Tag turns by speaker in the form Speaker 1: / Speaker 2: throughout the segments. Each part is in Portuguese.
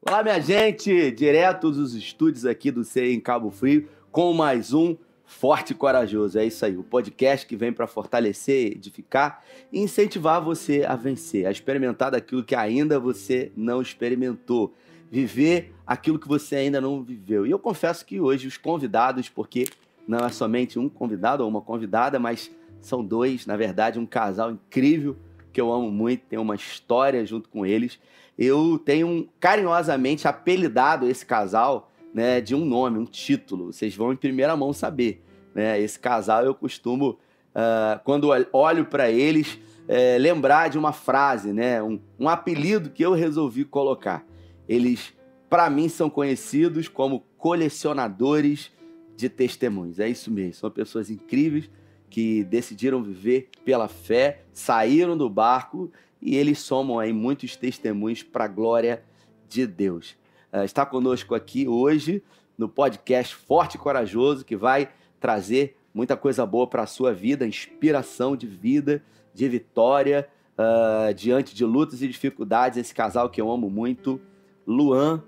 Speaker 1: Olá, minha gente! Direto dos estúdios aqui do CEI em Cabo Frio, com mais um Forte e Corajoso. É isso aí, o podcast que vem para fortalecer, edificar e incentivar você a vencer, a experimentar daquilo que ainda você não experimentou, viver aquilo que você ainda não viveu. E eu confesso que hoje os convidados, porque não é somente um convidado ou uma convidada, mas são dois, na verdade, um casal incrível que eu amo muito, tem uma história junto com eles. Eu tenho carinhosamente apelidado esse casal né, de um nome, um título. Vocês vão em primeira mão saber. Né? Esse casal eu costumo, ah, quando olho para eles, eh, lembrar de uma frase, né? um, um apelido que eu resolvi colocar. Eles, para mim, são conhecidos como colecionadores de testemunhos. É isso mesmo, são pessoas incríveis que decidiram viver pela fé, saíram do barco e eles somam aí muitos testemunhos para a glória de Deus. Ah, está conosco aqui hoje no podcast Forte e Corajoso, que vai trazer muita coisa boa para a sua vida, inspiração de vida, de vitória, ah, diante de lutas e dificuldades. Esse casal que eu amo muito, Luan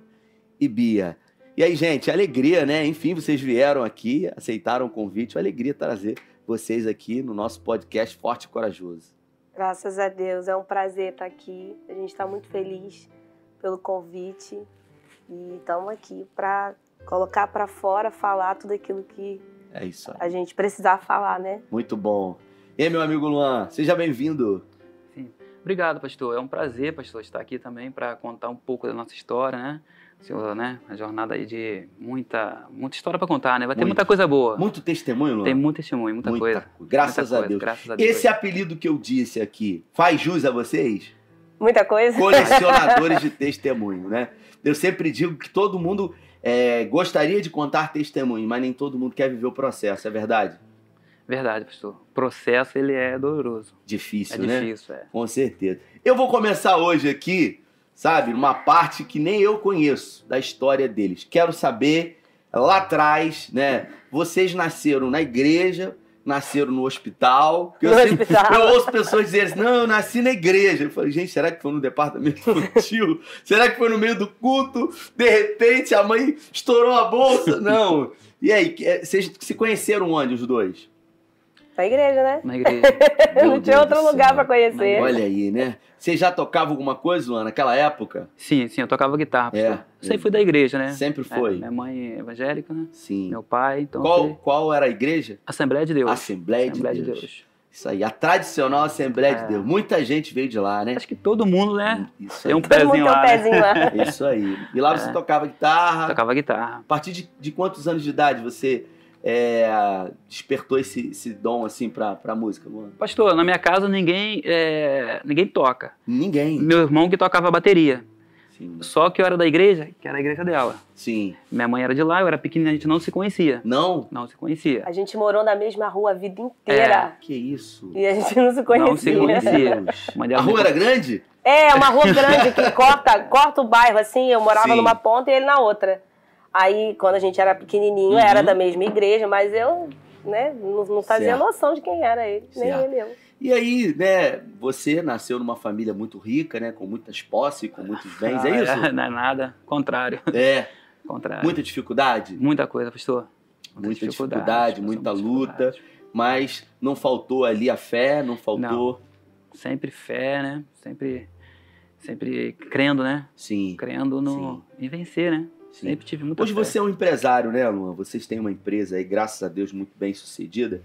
Speaker 1: e Bia. E aí, gente, alegria, né? Enfim, vocês vieram aqui, aceitaram o convite, uma alegria trazer vocês aqui no nosso podcast Forte e Corajoso.
Speaker 2: Graças a Deus, é um prazer estar aqui. A gente está muito feliz pelo convite e estamos aqui para colocar para fora, falar tudo aquilo que
Speaker 1: É isso aí.
Speaker 2: a gente precisar falar, né?
Speaker 1: Muito bom. E aí, meu amigo Luan, seja bem-vindo.
Speaker 3: Obrigado, pastor. É um prazer, pastor, estar aqui também para contar um pouco da nossa história, né? O Senhor, né? A jornada aí de muita, muita história para contar, né? Vai ter
Speaker 1: Muito.
Speaker 3: muita coisa boa.
Speaker 1: Muito testemunho, Luan.
Speaker 3: Tem muito testemunho, muita, coisa.
Speaker 1: Graças
Speaker 3: Muita
Speaker 1: a
Speaker 3: coisa,
Speaker 1: Deus.
Speaker 3: Graças a Deus.
Speaker 1: Esse apelido que eu disse aqui faz jus a vocês?
Speaker 2: Muita coisa.
Speaker 1: colecionadores de testemunho, né? Eu sempre digo que todo mundo é, gostaria de contar testemunho, mas nem todo mundo quer viver o processo, é verdade?
Speaker 3: Verdade, pastor. O processo, ele é doloroso.
Speaker 1: Difícil,
Speaker 3: É
Speaker 1: né?
Speaker 3: difícil, é.
Speaker 1: Com certeza. Eu vou começar hoje aqui, sabe, uma parte que nem eu conheço da história deles. Quero saber lá atrás, né? Vocês nasceram na igreja, nasceram no hospital. que eu
Speaker 2: No
Speaker 1: sempre
Speaker 2: hospital.
Speaker 1: Eu ouço pessoas dizerem assim, não, eu nasci na igreja. Eu falei, gente, será que foi no departamento infantil? será que foi no meio do culto? De repente a mãe estourou a bolsa? Não. E aí, que- eh, vocês se conheceram onde os dois?
Speaker 2: Na igreja, né?
Speaker 3: Na igreja.
Speaker 1: Meu
Speaker 2: Não tinha
Speaker 1: Deus
Speaker 2: outro
Speaker 1: do
Speaker 2: lugar
Speaker 1: céu.
Speaker 2: para conhecer.
Speaker 3: É.
Speaker 1: Olha aí, né? Você já tocava alguma coisa, Luana, naquela época?
Speaker 3: Sim, sim, eu tocava guitarra, pastor.
Speaker 1: É.
Speaker 3: Sempre fui da igreja, né?
Speaker 1: Sempre
Speaker 3: É,
Speaker 1: foi.
Speaker 3: minha mãe é evangélica, né?
Speaker 1: Sim.
Speaker 3: Meu pai, então...
Speaker 1: Qual,
Speaker 3: foi
Speaker 1: qual era a igreja?
Speaker 3: Assembleia de Deus.
Speaker 1: Assembleia,
Speaker 3: Assembleia
Speaker 1: de, Deus.
Speaker 3: Deus.
Speaker 1: Isso aí, a tradicional Assembleia
Speaker 3: É.
Speaker 1: de Deus. Muita gente veio de lá, né?
Speaker 3: Acho que todo mundo, né?
Speaker 1: Isso aí.
Speaker 3: Tem um
Speaker 2: Todo mundo tem
Speaker 3: pezinho
Speaker 2: um
Speaker 3: lá, né?
Speaker 2: pezinho lá.
Speaker 1: Isso aí. E lá você
Speaker 3: É.
Speaker 1: tocava guitarra.
Speaker 3: Tocava guitarra.
Speaker 1: A partir de, de quantos anos de idade você é, despertou esse, esse dom assim pra, pra música, Luana?
Speaker 3: Pastor, na minha casa ninguém é, ninguém toca.
Speaker 1: Ninguém.
Speaker 3: Meu irmão que tocava bateria.
Speaker 1: Sim.
Speaker 3: Só que eu era da igreja, que era a igreja dela.
Speaker 1: Sim.
Speaker 3: Minha mãe era de lá, eu era pequenininha, a gente não se conhecia.
Speaker 1: Não?
Speaker 3: Não se conhecia.
Speaker 2: A gente morou na mesma rua a vida inteira
Speaker 1: Que isso?
Speaker 2: e a gente não se conhecia.
Speaker 3: Não se
Speaker 1: Meu
Speaker 3: conhecia.
Speaker 1: Deus.
Speaker 3: A mãe
Speaker 1: A
Speaker 3: dela
Speaker 1: rua
Speaker 3: me-
Speaker 1: era grande?
Speaker 2: É, uma rua grande que corta, corta o bairro, assim. Eu morava
Speaker 1: Sim.
Speaker 2: numa ponta e ele na outra. Aí, quando a gente era pequenininho,
Speaker 1: Uhum.
Speaker 2: era da mesma igreja, mas eu né, não, não fazia
Speaker 1: Certo.
Speaker 2: noção de quem era ele,
Speaker 1: Certo.
Speaker 2: nem ele eu.
Speaker 1: E aí, né, você nasceu numa família muito rica, né, com muitas posses, com muitos bens, é isso?
Speaker 3: Ah, Não é nada. Contrário.
Speaker 1: É,
Speaker 3: Contrário.
Speaker 1: muita dificuldade,
Speaker 3: Muita coisa, pastor.
Speaker 1: Muita dificuldade,
Speaker 3: passamos
Speaker 1: muita
Speaker 3: dificuldade.
Speaker 1: mas não faltou ali a fé, não faltou,
Speaker 3: Sempre fé, né? Sempre, sempre crendo, né?
Speaker 1: sim,
Speaker 3: Crendo no... em vencer, né?
Speaker 1: sim.
Speaker 3: Sempre tive muita
Speaker 1: Hoje
Speaker 3: fé.
Speaker 1: você é um empresário, né, Luan? Vocês têm uma empresa aí, graças a Deus, muito bem sucedida.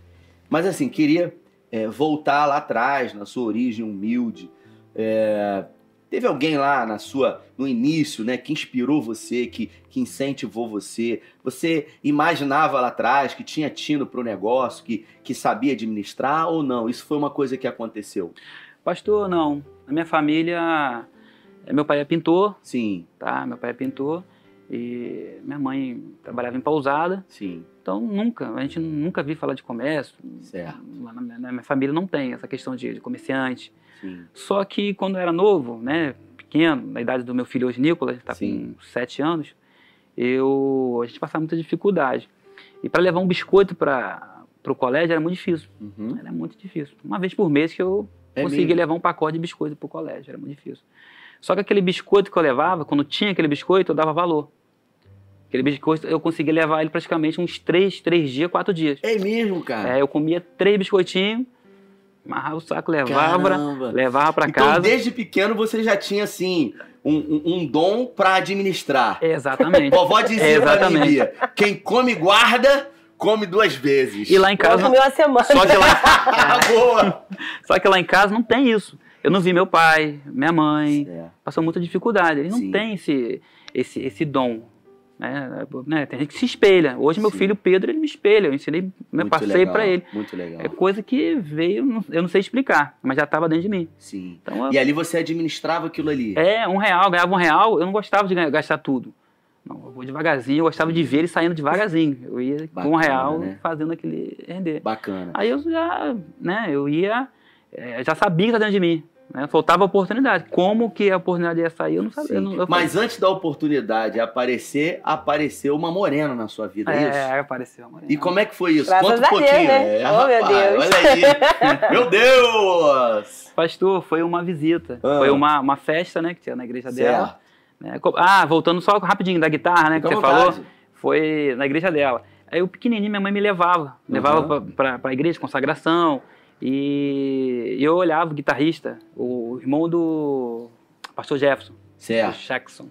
Speaker 1: Mas assim, queria é, voltar lá atrás, na sua origem humilde. É, teve alguém lá na sua, no início, né, que inspirou você, que, que incentivou você? Você imaginava lá atrás que tinha tino para o negócio, que, que sabia administrar ou não? Isso foi uma coisa que aconteceu?
Speaker 3: Pastor, não. Na minha família, eh, meu pai é pintor,
Speaker 1: Sim,
Speaker 3: tá? Meu pai é pintor e minha mãe trabalhava em pousada,
Speaker 1: sim,
Speaker 3: então nunca, a gente nunca viu falar de comércio.
Speaker 1: certo,
Speaker 3: Lá Na minha, na minha família não tem essa questão de, de comerciante.
Speaker 1: sim,
Speaker 3: Só que quando eu era novo, né, pequeno, na idade do meu filho hoje, Nicolas, está
Speaker 1: Sim.
Speaker 3: com sete anos, eu, a gente passava muita dificuldade. E para levar um biscoito para o colégio era muito difícil,
Speaker 1: uhum.
Speaker 3: era muito difícil. Uma vez por mês que eu
Speaker 1: É
Speaker 3: consegui
Speaker 1: mesmo?
Speaker 3: levar um pacote de biscoito pro colégio, era muito difícil. Só que aquele biscoito que eu levava, quando tinha aquele biscoito, eu dava valor. Aquele biscoito, eu consegui levar ele praticamente uns três, três dias, quatro dias.
Speaker 1: É mesmo, cara?
Speaker 3: É, eu comia três biscoitinhos, amarrava o saco,
Speaker 1: É,
Speaker 3: levava,
Speaker 1: Caramba.
Speaker 3: levava pra
Speaker 1: então,
Speaker 3: casa.
Speaker 1: desde pequeno você já tinha, assim, um, um- um dom pra administrar.
Speaker 3: É, Exatamente.
Speaker 1: Vovó dizia
Speaker 3: É,
Speaker 1: pra mim,
Speaker 3: exatamente.
Speaker 1: Bia, quem come guarda, come duas vezes. Ah,
Speaker 3: E lá em casa.
Speaker 2: comeu a semana.
Speaker 3: Só que lá,
Speaker 1: Boa!
Speaker 3: só que lá em casa não tem isso. Eu não vi meu pai, minha mãe,
Speaker 1: É.
Speaker 3: passou muita dificuldade. Ele não
Speaker 1: Sim.
Speaker 3: tem esse, esse, esse dom. Né? Né, Tem gente que se espelha. Hoje, meu
Speaker 1: Sim.
Speaker 3: filho Pedro, ele me espelha. Eu ensinei, eu
Speaker 1: Muito
Speaker 3: passei
Speaker 1: legal,
Speaker 3: pra ele.
Speaker 1: Muito legal.
Speaker 3: É coisa que veio, não- eu não sei explicar, mas já estava dentro de mim.
Speaker 1: Sim.
Speaker 3: Então, eu-
Speaker 1: E ali você administrava aquilo ali.
Speaker 3: é, um real, ganhava um real, eu não gostava de ganhar- gastar tudo. Não, eu vou devagarzinho, eu gostava de ver ele saindo devagarzinho. Eu ia com um
Speaker 1: Bacana,
Speaker 3: real
Speaker 1: né?
Speaker 3: fazendo aquele render.
Speaker 1: Bacana.
Speaker 3: Aí eu já, né, eu ia, eh, já sabia que estava dentro de mim. Né? Faltava a oportunidade. Como que a oportunidade ia sair, eu não sabia.
Speaker 1: Sim.
Speaker 3: Ah, eu não- eu
Speaker 1: Mas antes da oportunidade aparecer, apareceu uma morena na sua vida, é isso?
Speaker 3: É, apareceu, amor.
Speaker 1: E como é que foi isso?
Speaker 2: Graças
Speaker 1: Conta um
Speaker 2: a Deus,
Speaker 1: pouquinho.
Speaker 2: né?
Speaker 1: É,
Speaker 2: Oh, meu Deus.
Speaker 1: Olha aí. meu Deus!
Speaker 3: Pastor, foi uma visita.
Speaker 1: Ah.
Speaker 3: Foi uma, uma festa, né, que tinha na igreja dela.
Speaker 1: Certo.
Speaker 3: né? Co- Ah, voltando só rapidinho da guitarra, né, que
Speaker 1: Fica à
Speaker 3: você
Speaker 1: vontade.
Speaker 3: falou. Foi na igreja dela. Aí eu pequenininho, minha mãe me levava. Levava
Speaker 1: Uhum.
Speaker 3: pra, pra, pra igreja, consagração. E eu olhava o guitarrista, o irmão do pastor Jefferson, o
Speaker 1: Certo.
Speaker 3: Jackson.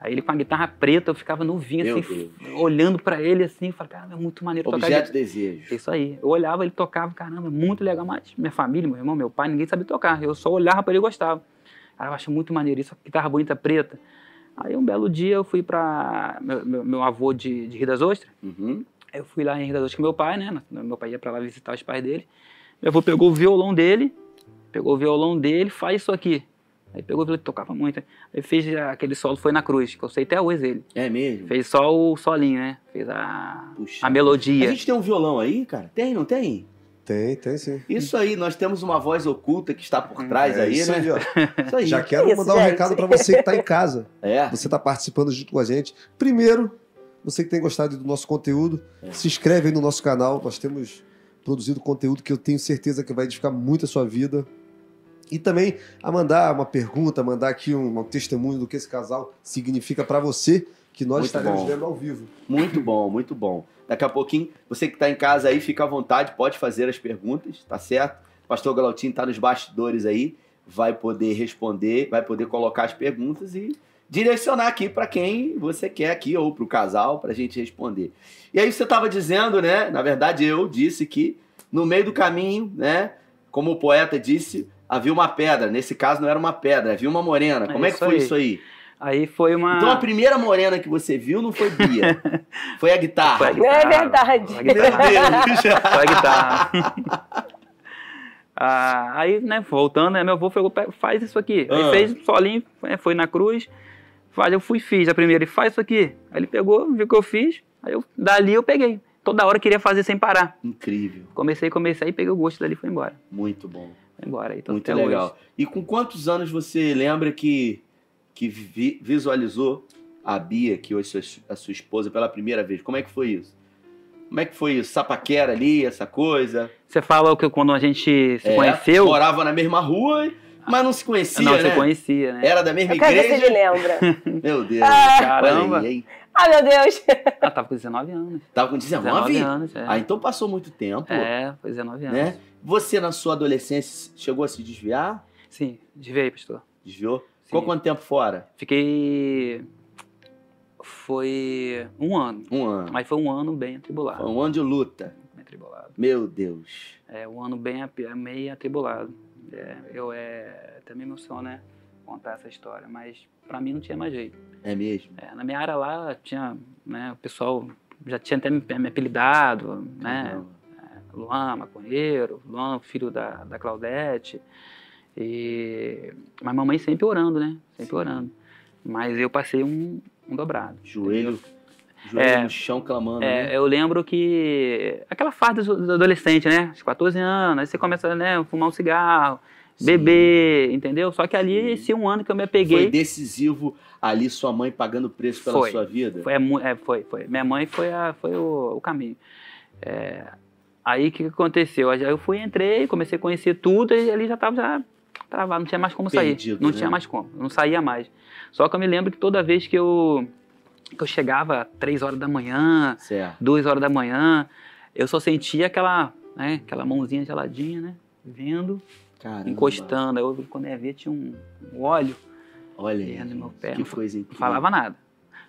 Speaker 3: Aí ele com a guitarra preta, eu ficava novinho,
Speaker 1: Meu
Speaker 3: assim, f- olhando pra ele, assim, eu falava, cara, é muito maneiro tocar
Speaker 1: Objeto de desejo.
Speaker 3: É isso aí. Eu olhava, ele tocava, caramba, muito legal. Mas minha família, meu irmão, meu pai, ninguém sabia tocar. Eu só olhava pra ele e gostava. Cara, eu acho muito maneiro isso, a guitarra bonita preta. Aí um belo dia eu fui pra. Meu, meu, meu avô de, de Rio das Ostras.
Speaker 1: Uhum.
Speaker 3: Aí eu fui lá em Rio das Ostras com meu pai, né? Meu pai ia pra lá visitar os pais dele. Meu avô pegou o violão dele, pegou o violão dele, faz isso aqui. Aí pegou o violão, ele tocava muito. né? Aí fez aquele solo, foi na cruz, que eu sei até hoje ele.
Speaker 1: É mesmo?
Speaker 3: Fez só o solinho, né? Fez a,
Speaker 1: Puxa.
Speaker 3: a melodia.
Speaker 1: A gente tem um violão aí, cara? Tem, não tem?
Speaker 4: Tem, tem sim.
Speaker 1: Isso aí, nós temos uma voz oculta que está por
Speaker 3: Hum,
Speaker 1: trás
Speaker 4: É
Speaker 1: aí,
Speaker 4: isso
Speaker 1: né?
Speaker 4: aí, ó.
Speaker 1: Isso aí.
Speaker 4: Já quero
Speaker 2: Isso,
Speaker 4: mandar um
Speaker 2: gente.
Speaker 4: recado pra você que tá em casa.
Speaker 1: É.
Speaker 4: Você tá participando junto com a gente. Primeiro, você que tem gostado do nosso conteúdo,
Speaker 1: É.
Speaker 4: se inscreve aí no nosso canal. Nós temos produzido conteúdo que eu tenho certeza que vai edificar muito a sua vida. E também a mandar uma pergunta, mandar aqui um, um testemunho do que esse casal significa pra você, que nós
Speaker 1: Muito
Speaker 4: estaremos
Speaker 1: bom.
Speaker 4: vendo ao vivo.
Speaker 1: Muito bom, muito bom. Daqui a pouquinho, você que está em casa aí, fica à vontade, pode fazer as perguntas, tá certo? Pastor Galautinho está nos bastidores aí, vai poder responder, vai poder colocar as perguntas e direcionar aqui para quem você quer aqui ou para o casal para a gente responder. E aí você estava dizendo, né? Na verdade, eu disse que no meio do caminho, né? Como o poeta disse, havia uma pedra. Nesse caso, não era uma pedra, havia uma morena.
Speaker 3: É
Speaker 1: Como é, que
Speaker 3: isso
Speaker 1: foi
Speaker 3: aí.
Speaker 1: isso aí?
Speaker 3: Aí foi uma.
Speaker 1: Então a primeira morena que você viu não foi Bia, foi a guitarra.
Speaker 3: Foi a
Speaker 2: É
Speaker 1: Ah,
Speaker 2: verdade.
Speaker 3: Foi a
Speaker 1: Meu
Speaker 3: guitarra.
Speaker 1: Deus!
Speaker 3: Foi a guitarra. Ah, aí, né, voltando, né, meu avô falou, "Pega, faz isso aqui.
Speaker 1: Ah.
Speaker 3: Aí fez um solinho, né, foi na cruz. Faz, eu fui e fiz a primeira, ele faz isso aqui. Aí ele pegou, viu o que eu fiz, aí eu, dali eu peguei. Toda hora eu queria fazer sem parar.
Speaker 1: Incrível,
Speaker 3: Comecei, comecei, peguei o gosto dali e foi embora.
Speaker 1: muito bom,
Speaker 3: Foi embora. Então,
Speaker 1: muito
Speaker 3: até
Speaker 1: legal.
Speaker 3: hoje.
Speaker 1: E com quantos anos você lembra que, que vi- visualizou a Bia, que hoje é sua- a sua esposa, pela primeira vez? Como é que foi isso? Como é que foi isso? Sapaquera ali, essa coisa?
Speaker 3: Você fala que quando a gente se
Speaker 1: É,
Speaker 3: conheceu, Ah,
Speaker 1: Morava na mesma rua, mas não se conhecia,
Speaker 3: não
Speaker 1: né?
Speaker 3: se conhecia, né?
Speaker 1: Era da mesma
Speaker 2: Eu quero ver se ele
Speaker 1: igreja.
Speaker 2: lembra.
Speaker 1: Meu Deus.
Speaker 2: Ah.
Speaker 3: Caramba.
Speaker 1: Olha aí, hein?
Speaker 2: Ah, meu Deus.
Speaker 1: É.
Speaker 3: Ela tava com 19 anos.
Speaker 1: Tava com 19?
Speaker 3: 19 anos, é.
Speaker 1: Ah, então passou muito tempo.
Speaker 3: É, foi 19 anos.
Speaker 1: Né? Você, na sua adolescência, chegou a se desviar?
Speaker 3: Sim, desviei, pastor.
Speaker 1: Desviou? Ficou
Speaker 3: Sim.
Speaker 1: quanto tempo fora?
Speaker 3: Fiquei. Foi um ano.
Speaker 1: Um ano.
Speaker 3: Mas foi um ano bem
Speaker 1: Foi
Speaker 3: atribulado.
Speaker 1: um ano de luta.
Speaker 3: Bem atribulado.
Speaker 1: Meu Deus.
Speaker 3: É, um ano bem ap- meio atribulado. É, eu é. Também me emociona, né? Contar essa história, mas pra mim não tinha mais jeito.
Speaker 1: É mesmo?
Speaker 3: É, na minha área lá tinha. Né, o pessoal já tinha até me, me apelidado, né?
Speaker 1: Caramba.
Speaker 3: Luan, maconheiro, Luan, filho da, da Claudete. E... Mas mamãe sempre orando, né? Sempre
Speaker 1: Sim.
Speaker 3: orando. Mas eu passei um, um dobrado.
Speaker 1: Joelho, joelho
Speaker 3: É.
Speaker 1: no chão clamando. né?
Speaker 3: É, eu lembro que aquela fase do do adolescente, né? Os 14 anos, aí você começa né, a fumar um cigarro,
Speaker 1: Sim.
Speaker 3: beber, entendeu? Só que ali,
Speaker 1: Sim.
Speaker 3: esse um ano que eu me
Speaker 1: Foi
Speaker 3: apeguei.
Speaker 1: decisivo ali sua mãe pagando preço pela
Speaker 3: Foi.
Speaker 1: sua vida?
Speaker 3: Foi, é mu- é, foi, foi. Minha mãe foi, a- foi o, o caminho. É, aí o que que aconteceu? Aí eu fui, entrei, comecei a conhecer tudo e ali já estava já travado, não tinha mais como sair.
Speaker 1: Perdido,
Speaker 3: não
Speaker 1: né?
Speaker 3: tinha mais como, não saía mais. Só que eu me lembro que toda vez que eu, que eu chegava três horas da manhã,
Speaker 1: Certo.
Speaker 3: duas horas da manhã, eu só sentia aquela, né, aquela mãozinha geladinha, né? Vendo,
Speaker 1: Caramba.
Speaker 3: encostando. Aí eu, quando eu ia ver, tinha um, um óleo.
Speaker 1: Olha aí,
Speaker 3: Era no meu
Speaker 1: gente,
Speaker 3: pé,
Speaker 1: que
Speaker 3: não fa-
Speaker 1: coisa
Speaker 3: Não
Speaker 1: incrível.
Speaker 3: falava nada.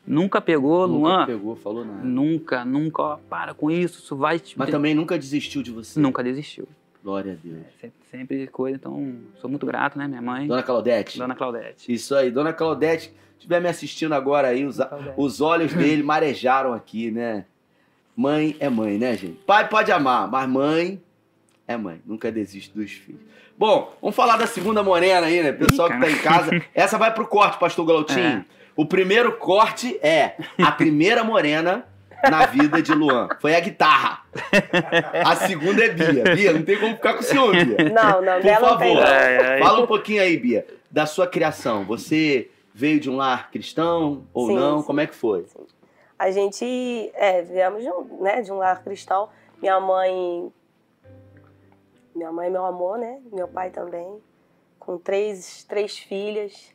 Speaker 3: Nunca pegou,
Speaker 1: nunca
Speaker 3: Luan.
Speaker 1: pegou, falou nada.
Speaker 3: Nunca, nunca, ó, para com isso, isso vai te.
Speaker 1: Mas também nunca desistiu de você.
Speaker 3: Nunca desistiu.
Speaker 1: Glória a Deus.
Speaker 3: Sempre, sempre coisa, então sou muito grato, né? Minha mãe,
Speaker 1: Dona Claudete.
Speaker 3: Dona Claudete.
Speaker 1: Isso aí, Dona Claudete, se estiver me assistindo agora aí, os,
Speaker 3: Claudete.
Speaker 1: os olhos dele marejaram aqui, né? Mãe é mãe, né, gente? Pai pode amar, mas mãe é mãe. Nunca desiste dos filhos. Bom, vamos falar da segunda morena aí, né? Pessoal
Speaker 3: Ih,
Speaker 1: que tá em casa. Essa vai pro corte, pastor Galautinho.
Speaker 3: É.
Speaker 1: O primeiro corte é a primeira morena na vida de Luan. Foi a guitarra. A segunda é Bia. Bia, não tem como ficar com ciúme, Bia.
Speaker 2: Não, não,
Speaker 1: Por
Speaker 2: dela não tem.
Speaker 1: favor.
Speaker 2: não.
Speaker 3: Ai, ai.
Speaker 1: Fala um pouquinho aí, Bia, da sua criação. Você veio de um lar cristão ou
Speaker 2: Sim,
Speaker 1: não?
Speaker 2: sim.
Speaker 1: Como é que foi?
Speaker 2: assim. A gente é, viemos de um, né, de um lar cristão. Minha mãe. Minha mãe, meu amor, né? Meu pai também. Com três, três filhas.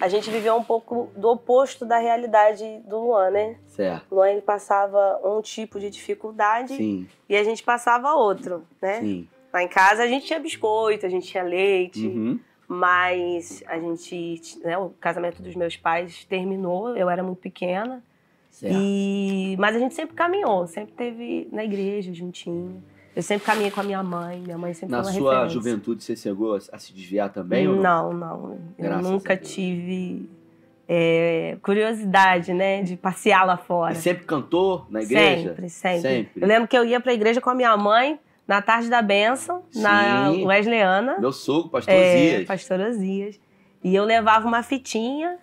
Speaker 2: A gente viveu um pouco do oposto da realidade do Luan, né?
Speaker 1: Certo.
Speaker 2: O Luan ele passava um tipo de dificuldade
Speaker 1: Sim,
Speaker 2: e a gente passava outro, né?
Speaker 1: sim.
Speaker 2: Lá em casa a gente tinha biscoito, a gente tinha leite,
Speaker 1: Uhum.
Speaker 2: mas a gente, né, o casamento dos meus pais terminou, eu era muito pequena.
Speaker 1: Certo.
Speaker 2: E- mas a gente sempre caminhou, sempre teve na igreja juntinho. Eu sempre caminhei com a minha mãe, minha mãe sempre
Speaker 1: Na
Speaker 2: foi uma
Speaker 1: sua
Speaker 2: referência.
Speaker 1: juventude, você chegou a se desviar também? ou não?
Speaker 2: Não, não. Eu
Speaker 1: Graças a
Speaker 2: nunca
Speaker 1: Deus.
Speaker 2: tive é, curiosidade, né, de passear lá fora.
Speaker 1: E sempre cantou na igreja?
Speaker 2: Sempre, sempre.
Speaker 1: Sempre.
Speaker 2: Eu lembro que eu ia pra igreja com a minha mãe na tarde da bênção, na
Speaker 1: Sim.
Speaker 2: Wesleyana.
Speaker 1: Meu sogro, pastor
Speaker 2: É,
Speaker 1: Zias.
Speaker 2: Pastora Zias. E eu levava uma fitinha,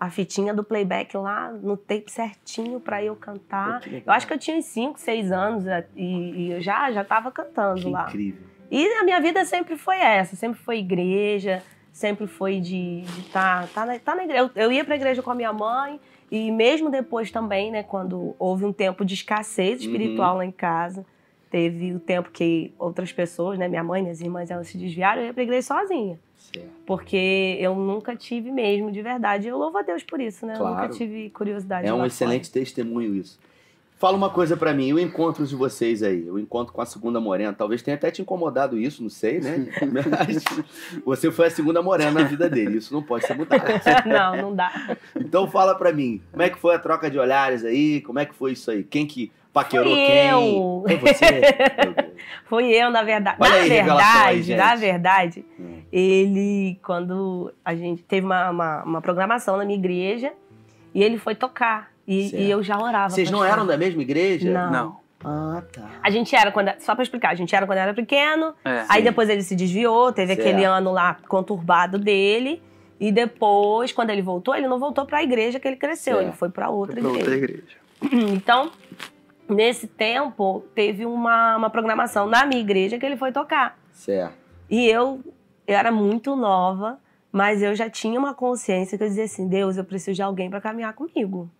Speaker 2: a fitinha do playback lá no tape certinho pra eu cantar. Eu acho que eu tinha uns 5, 6 anos a- e, e eu já, já tava cantando
Speaker 1: que
Speaker 2: lá.
Speaker 1: incrível.
Speaker 2: E a minha vida sempre foi essa, sempre foi igreja, sempre foi de estar tá, tá na, tá na igreja. Eu, eu ia pra igreja com a minha mãe e mesmo depois também, né, quando houve um tempo de escassez espiritual
Speaker 1: Uhum.
Speaker 2: lá em casa, teve o tempo que outras pessoas, né, minha mãe, minhas irmãs, elas se desviaram, eu ia pra igreja sozinha.
Speaker 1: Certo.
Speaker 2: Porque eu nunca tive mesmo, de verdade. Eu louvo a Deus por isso, né? Eu
Speaker 1: Claro.
Speaker 2: nunca tive curiosidade.
Speaker 1: É
Speaker 2: lá
Speaker 1: um
Speaker 2: fora.
Speaker 1: excelente testemunho isso. Fala uma coisa pra mim, o encontro de vocês aí, o encontro com a segunda morena, talvez tenha até te incomodado isso, não sei, né? Mas você foi a segunda morena na vida dele, isso não pode ser mudado.
Speaker 2: não, não dá.
Speaker 1: Então fala pra mim, como é que foi a troca de olhares aí? Como é que foi isso aí? Quem que paquerou
Speaker 2: Fui
Speaker 1: quem?
Speaker 2: eu.
Speaker 1: Foi você? Meu Deus.
Speaker 2: Fui eu, na verdade.
Speaker 1: Olha
Speaker 2: na
Speaker 1: aí, revelação aí,
Speaker 2: verdade,
Speaker 1: gente.
Speaker 2: na verdade,
Speaker 1: Hum.
Speaker 2: ele, quando a gente teve uma, uma, uma programação na minha igreja, e ele foi tocar. E,
Speaker 1: Certo.
Speaker 2: e eu já orava.
Speaker 1: Vocês não
Speaker 2: pra
Speaker 1: eram da mesma igreja?
Speaker 2: Não.
Speaker 3: Não.
Speaker 1: Ah, tá.
Speaker 2: A gente era, quando, só pra explicar, a gente era quando era pequeno,
Speaker 3: É.
Speaker 2: Aí
Speaker 1: Sim.
Speaker 2: depois ele se desviou, teve
Speaker 1: Certo.
Speaker 2: aquele ano lá conturbado dele. E depois, quando ele voltou, ele não voltou pra igreja que ele cresceu,
Speaker 1: Certo.
Speaker 2: ele foi pra outra
Speaker 3: Pra outra
Speaker 2: igreja.
Speaker 3: igreja.
Speaker 2: Então, nesse tempo, teve uma, uma programação na minha igreja que ele foi tocar.
Speaker 1: Certo.
Speaker 2: E eu, eu era muito nova, mas eu já tinha uma consciência que eu dizia assim: Deus, eu preciso de alguém pra caminhar comigo.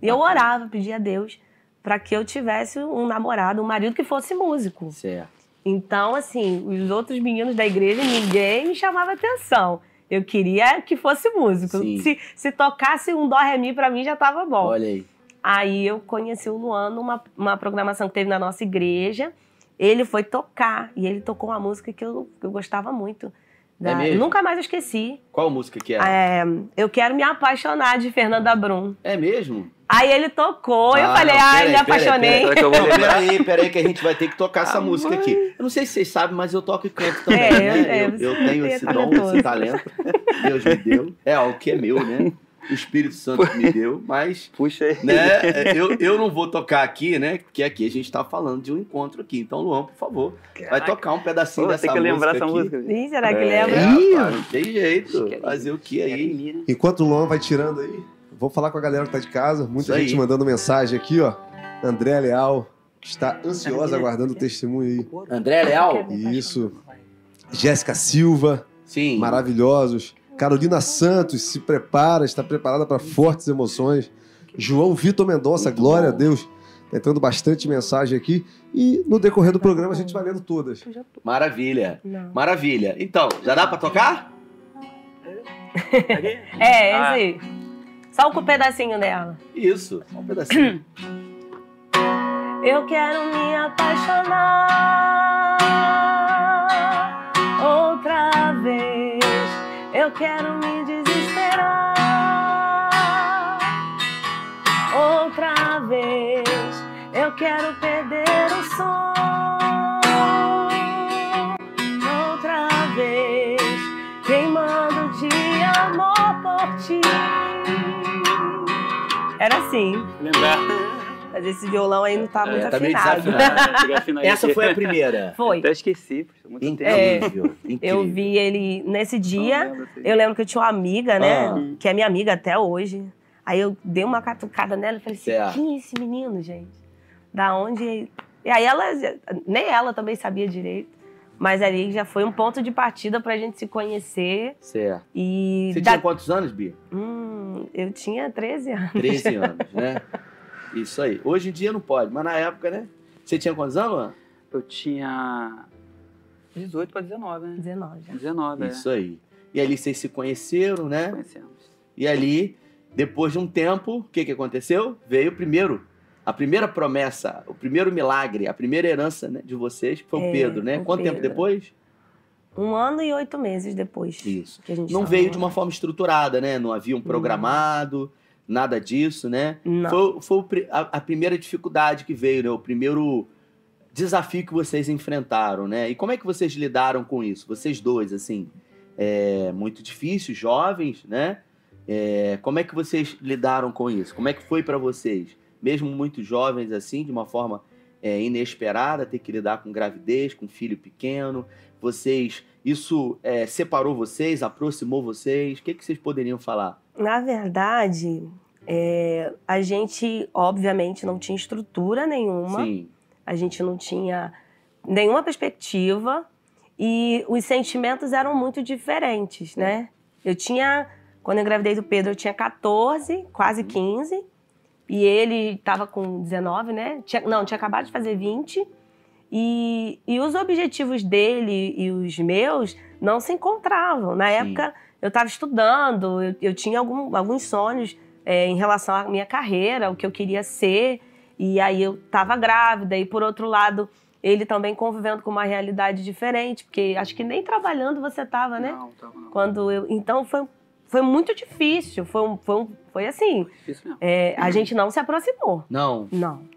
Speaker 2: E eu
Speaker 1: Bacana.
Speaker 2: orava, pedia a Deus pra que eu tivesse um namorado, um marido que fosse músico.
Speaker 1: Certo.
Speaker 2: Então, assim, os outros meninos da igreja, ninguém me chamava atenção. Eu queria que fosse músico.
Speaker 1: Sim.
Speaker 2: Se, se tocasse um dó ré mi pra mim já tava bom.
Speaker 1: Olha aí.
Speaker 2: Aí eu conheci o Luan numa uma programação que teve na nossa igreja. Ele foi tocar e ele tocou uma música que eu, que eu gostava muito. Da-
Speaker 1: É mesmo?
Speaker 2: Nunca mais eu esqueci.
Speaker 1: Qual música que era?
Speaker 2: É, eu quero me apaixonar de Fernanda Brum.
Speaker 1: É, mesmo?
Speaker 2: Aí ele tocou, eu
Speaker 1: Ah,
Speaker 2: falei,
Speaker 1: não,
Speaker 2: ai,
Speaker 1: peraí,
Speaker 2: me
Speaker 1: peraí,
Speaker 2: apaixonei.
Speaker 3: Será que eu vou
Speaker 1: Não,
Speaker 3: lembrar?
Speaker 1: peraí, peraí, que a gente vai ter que tocar essa
Speaker 3: Ah,
Speaker 1: música
Speaker 3: mãe.
Speaker 1: aqui. Eu não sei se vocês sabem, mas eu toco e canto também,
Speaker 2: É,
Speaker 1: né?
Speaker 2: é,
Speaker 1: eu,
Speaker 2: você
Speaker 1: eu tenho
Speaker 2: é
Speaker 1: esse dom,
Speaker 2: talentoso.
Speaker 1: esse talento. Deus me deu. É algo que é meu, né? O Espírito Santo me deu, mas
Speaker 3: Puxa aí.
Speaker 1: né? Eu, eu não vou tocar aqui, né? Porque aqui a gente tá falando de um encontro aqui. Então, Luan, por favor, vai
Speaker 3: Caraca.
Speaker 1: tocar um pedacinho
Speaker 3: Pô,
Speaker 1: dessa
Speaker 3: tem que
Speaker 1: música.
Speaker 3: lembrar essa
Speaker 1: aqui.
Speaker 3: música.
Speaker 2: Ih, será que
Speaker 1: É,
Speaker 2: lembra?
Speaker 1: rapaz,
Speaker 4: Ih!
Speaker 1: não tem jeito.
Speaker 3: Acho que é
Speaker 1: Fazer o que
Speaker 3: Era em
Speaker 1: aí?
Speaker 3: mim, né?
Speaker 4: Enquanto o Luan vai tirando aí, vou falar com a galera que tá de casa. Muita
Speaker 1: Isso
Speaker 4: gente
Speaker 1: aí.
Speaker 4: mandando mensagem aqui, ó. André Leal está ansiosa
Speaker 3: André.
Speaker 4: aguardando o testemunho aí.
Speaker 1: André Leal?
Speaker 4: Isso. Jéssica Silva,
Speaker 1: Sim.
Speaker 4: maravilhosos. Carolina Santos se prepara, está preparada para fortes emoções. João Vitor Mendonça,
Speaker 1: Muito
Speaker 4: glória
Speaker 1: bom.
Speaker 4: a Deus. Tá entrando bastante mensagem aqui. E no decorrer do programa a gente vai lendo todas.
Speaker 2: Eu já tô-
Speaker 1: Maravilha,
Speaker 2: Não.
Speaker 1: maravilha. Então, já dá pra tocar?
Speaker 2: É,
Speaker 3: Ah.
Speaker 2: esse aí. Só o pedacinho dela.
Speaker 1: Isso, só um pedacinho.
Speaker 2: Eu quero me apaixonar outra vez. Eu quero me desesperar outra vez. Eu quero perder o som outra vez, queimando de amor por ti. Era assim.
Speaker 3: Lembrar.
Speaker 2: Mas esse violão aí não tá muito
Speaker 1: tá meio
Speaker 2: afinado.
Speaker 1: desafinado. Essa foi a primeira.
Speaker 3: primeira.
Speaker 1: É,
Speaker 2: Foi.
Speaker 3: Até esqueci, poxa, muito tempo.
Speaker 1: Incrível, incrível.
Speaker 2: Eu vi ele nesse dia.
Speaker 3: é, Não lembro, assim.
Speaker 2: Eu lembro que eu tinha uma amiga, né?
Speaker 1: Ah.
Speaker 2: Que é minha amiga até hoje. Aí eu dei uma catucada nela e falei assim:
Speaker 1: Certo.
Speaker 2: quem é esse menino, gente? Da onde. ele-" E aí ela. Nem ela também sabia direito. Mas ali já foi um ponto de partida pra gente se conhecer.
Speaker 1: Certo.
Speaker 2: E.
Speaker 1: Você
Speaker 2: da-
Speaker 1: tinha quantos anos, Bia?
Speaker 2: Hum, eu tinha 13 anos.
Speaker 1: 13 anos, né? Isso aí. Hoje em dia não pode, mas na época, né? Você tinha quantos anos, Luan?
Speaker 3: Eu tinha 18 para 19, né?
Speaker 2: 19 já.
Speaker 3: 19, é.
Speaker 1: Isso aí. E ali vocês se conheceram, né?
Speaker 3: Conhecemos.
Speaker 1: E ali, depois de um tempo, o que, que aconteceu? Veio o primeiro. A primeira promessa, o primeiro milagre, a primeira herança né, de vocês, que foi o
Speaker 2: É,
Speaker 1: Pedro, né?
Speaker 2: o
Speaker 1: Quanto tempo
Speaker 2: Pedro.
Speaker 1: depois?
Speaker 2: Um ano e oito meses depois.
Speaker 1: Isso.
Speaker 2: Que a gente
Speaker 1: Não
Speaker 2: tava
Speaker 1: veio
Speaker 2: lá.
Speaker 1: de uma forma estruturada, né? um Não havia um programado, nada disso, né?
Speaker 2: Não.
Speaker 1: Foi, foi o pri- a, a primeira dificuldade que veio, né? O primeiro desafio que vocês enfrentaram, né? E como é que vocês lidaram com isso? Vocês dois, assim, é, muito difícil, jovens, né? É, como é que vocês lidaram com isso? Como é que foi pra vocês? Mesmo muito jovens, assim, de uma forma é, inesperada, ter que lidar com gravidez, com filho pequeno, vocês... Isso é, separou vocês, aproximou vocês? O que, que vocês poderiam falar?
Speaker 2: Na verdade, é, a gente, obviamente, não tinha estrutura nenhuma,
Speaker 1: Sim,
Speaker 2: a gente não tinha nenhuma perspectiva e os sentimentos eram muito diferentes, né? Eu tinha, quando eu engravidei do Pedro, eu tinha 14, quase 15, e ele estava com 19, né? Tinha- não, tinha acabado de fazer 20. E, e os objetivos dele e os meus não se encontravam. Na época, eu estava estudando, eu, eu tinha algum- alguns sonhos é, em relação à minha carreira, o que eu queria ser. E aí eu estava grávida. E por outro lado, ele também convivendo com uma realidade diferente, porque acho que nem trabalhando você estava, né?
Speaker 3: Não, tava não.
Speaker 2: Quando eu, então foi, foi muito difícil. Foi, um- foi, um- foi assim:
Speaker 3: Isso mesmo.
Speaker 2: é, a gente não se aproximou.
Speaker 1: não...
Speaker 2: Não.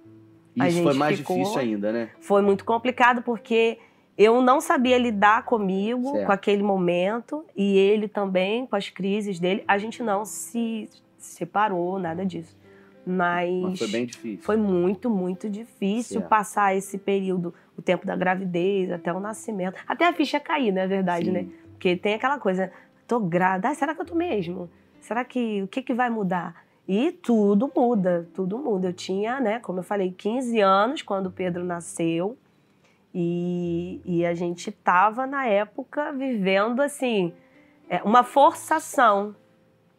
Speaker 2: A
Speaker 1: Isso foi
Speaker 2: gente
Speaker 1: mais
Speaker 2: ficou-
Speaker 1: difícil ainda, né?
Speaker 2: foi muito complicado porque eu não sabia lidar comigo,
Speaker 1: Certo.
Speaker 2: com aquele momento, e ele também, com as crises dele. A gente não se separou, nada disso. Mas,
Speaker 1: Mas foi bem difícil.
Speaker 2: foi muito, muito difícil
Speaker 1: Certo.
Speaker 2: passar esse período, o tempo da gravidez, até o nascimento. Até a ficha cair, não é verdade,
Speaker 1: Sim.
Speaker 2: né? Porque tem aquela coisa, tô grávida, ah, será que eu tô mesmo? Será que, o que que vai mudar? E tudo muda, tudo muda. Eu tinha, né, como eu falei, 15 anos quando o Pedro nasceu. E, e a gente tava, na época, vivendo, assim, é, uma forçação,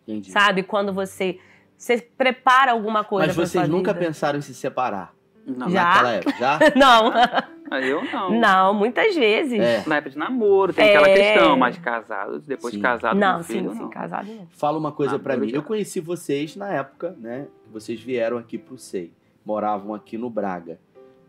Speaker 1: Entendi.
Speaker 2: sabe? Quando você, você prepara alguma coisa
Speaker 1: Mas
Speaker 2: pra
Speaker 1: vocês
Speaker 2: sua
Speaker 1: nunca
Speaker 2: vida.
Speaker 1: pensaram em se separar Ah,
Speaker 3: Não,
Speaker 2: Já.
Speaker 1: naquela época? Já?
Speaker 2: Não.
Speaker 3: mas eu não.
Speaker 2: Não, muitas vezes.
Speaker 1: É.
Speaker 3: Na época de namoro, tem
Speaker 2: É.
Speaker 3: aquela questão, mas casado, depois
Speaker 1: Sim.
Speaker 3: de casado
Speaker 2: Não,
Speaker 3: com um
Speaker 2: sim,
Speaker 3: filho,
Speaker 2: sim,
Speaker 3: não.
Speaker 2: casado não.
Speaker 1: Fala uma coisa
Speaker 3: Ah,
Speaker 1: pra mim.
Speaker 3: já.
Speaker 1: Eu conheci vocês na época, né? que Vocês vieram aqui pro SEI. Moravam aqui no Braga,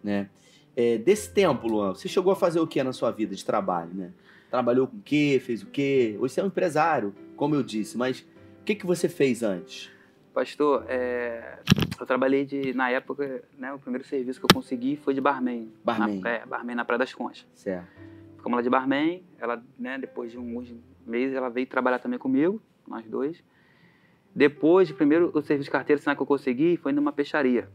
Speaker 1: né? É, desse tempo, Luan, você chegou a fazer o que na sua vida de trabalho, né? Trabalhou com o quê? Fez o quê? Hoje você é um empresário, como eu disse, mas o que, que você fez antes?
Speaker 3: Pastor, é, eu trabalhei de, na época, né, o primeiro serviço que eu consegui foi de barman.
Speaker 1: Barman.
Speaker 3: Na, é, barman na Praia das Conchas.
Speaker 1: Certo.
Speaker 3: Ficamos lá de barman, ela, né, depois de uns meses, ela veio trabalhar também comigo, nós dois. Depois, primeiro, o serviço de carteira, sinal que eu consegui, foi numa peixaria,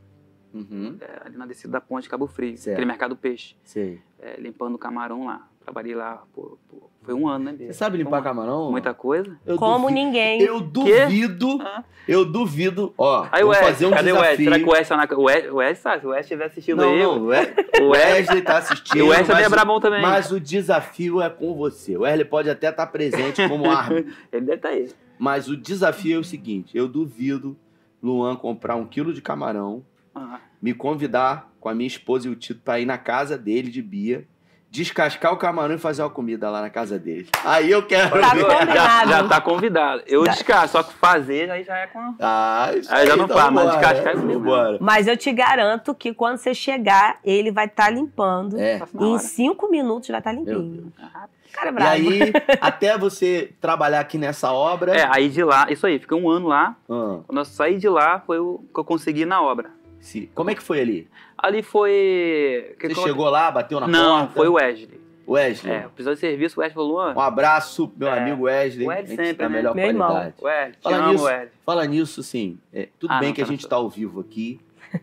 Speaker 1: Uhum.
Speaker 3: é, ali na descida da ponte de Cabo Frio,
Speaker 1: Certo.
Speaker 3: aquele mercado peixe,
Speaker 1: Sei.
Speaker 3: é, limpando o camarão lá. Trabalhei lá, por, por- foi um ano, né?
Speaker 1: Você
Speaker 3: Bia?
Speaker 1: sabe limpar camarão?
Speaker 3: Muita coisa.
Speaker 1: Eu
Speaker 2: Como
Speaker 1: duvido-
Speaker 2: ninguém.
Speaker 1: Eu duvido,
Speaker 2: Uhum.
Speaker 3: Ah.
Speaker 1: eu duvido, ó,
Speaker 3: Aí o
Speaker 1: vou
Speaker 3: Wes,
Speaker 1: fazer um
Speaker 3: cadê o Wes?
Speaker 1: desafio.
Speaker 3: Será que o Wes tá na... O Wes, o Wes sabe, se o Wes estiver assistindo
Speaker 1: não,
Speaker 3: aí,
Speaker 1: não, o Wes-
Speaker 3: o
Speaker 1: o
Speaker 3: Wes...
Speaker 1: Wesley tá assistindo,
Speaker 3: E o Wes também é
Speaker 1: mas,
Speaker 3: brabão também.
Speaker 1: mas o desafio é com você. O Wesley pode até estar presente como árbitro,
Speaker 3: Ele deve estar aí.
Speaker 1: mas o desafio é o seguinte, eu duvido Luan comprar um quilo de camarão,
Speaker 3: Ah,
Speaker 1: me convidar com a minha esposa e o Tito pra ir na casa dele de Bia, descascar o camarão e fazer uma comida lá na casa dele. Aí eu quero
Speaker 2: Tá
Speaker 1: ver.
Speaker 2: bom.
Speaker 3: já,
Speaker 2: Combinado.
Speaker 3: já tá convidado. Eu
Speaker 2: Tá.
Speaker 3: descasso, só que fazer aí já é com.
Speaker 1: Ah, isso
Speaker 3: Aí já não fala, mas
Speaker 1: vambora,
Speaker 3: descascar é
Speaker 1: né?
Speaker 3: comigo
Speaker 1: Vambora.
Speaker 2: Mas eu te garanto que quando você chegar, ele vai estar limpando.
Speaker 1: É.
Speaker 3: Faço na
Speaker 2: Em
Speaker 3: hora.
Speaker 2: cinco minutos vai estar
Speaker 1: Meu
Speaker 2: limpinho.
Speaker 3: Ah,
Speaker 2: O cara é
Speaker 1: E
Speaker 2: bravo.
Speaker 1: aí, até você trabalhar aqui nessa obra.
Speaker 3: É, aí de lá, isso aí, fiquei um ano lá.
Speaker 1: Ah,
Speaker 3: Quando eu saí de lá, foi o que eu consegui na obra.
Speaker 1: se- Como é que foi ali?
Speaker 3: Ali foi. que
Speaker 1: Você
Speaker 3: que eu-
Speaker 1: chegou lá, bateu na
Speaker 3: Não,
Speaker 1: porta?
Speaker 3: foi o Wesley.
Speaker 1: Wesley.
Speaker 3: É, precisou de serviço, o Wesley falou, Luan.
Speaker 1: Um abraço, meu
Speaker 3: É.
Speaker 1: amigo Wesley.
Speaker 3: Wesley
Speaker 1: a gente
Speaker 3: sempre,
Speaker 1: tem a
Speaker 3: né?
Speaker 1: melhor
Speaker 2: Meu irmão.
Speaker 1: qualidade.
Speaker 3: Wesley, te
Speaker 1: Fala
Speaker 3: amo,
Speaker 1: nisso.
Speaker 3: Wesley.
Speaker 1: Fala nisso, sim. é, tudo
Speaker 3: Ah,
Speaker 1: bem
Speaker 3: não,
Speaker 1: que a
Speaker 3: cara,
Speaker 1: gente
Speaker 3: tô-
Speaker 1: tá ao vivo aqui,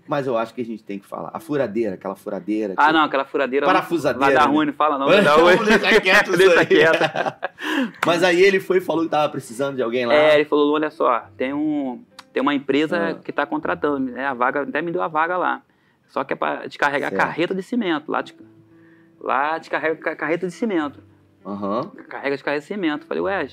Speaker 1: mas eu acho que a gente tem que falar. A furadeira, aquela furadeira.
Speaker 3: Ah,
Speaker 1: que-
Speaker 3: não, aquela furadeira.
Speaker 1: Parafusadeira,
Speaker 3: Vai dar
Speaker 1: né?
Speaker 3: ruim, não fala não. Vai dar
Speaker 1: Vamos
Speaker 3: ruim.
Speaker 1: deixar quieto isso
Speaker 3: Deixa
Speaker 1: aí.
Speaker 3: quieto.
Speaker 1: Mas aí ele foi e falou que tava precisando de alguém lá.
Speaker 3: É, ele falou, olha só, tem, um, tem uma empresa
Speaker 1: Ah.
Speaker 3: que está contratando, né? A vaga, até me deu a vaga lá. Só que é para descarregar
Speaker 1: Certo.
Speaker 3: carreta de cimento. Lá, de- lá descarrega ca- carreta de cimento.
Speaker 1: Aham,
Speaker 3: Carrega de carreta de cimento. Falei, ué,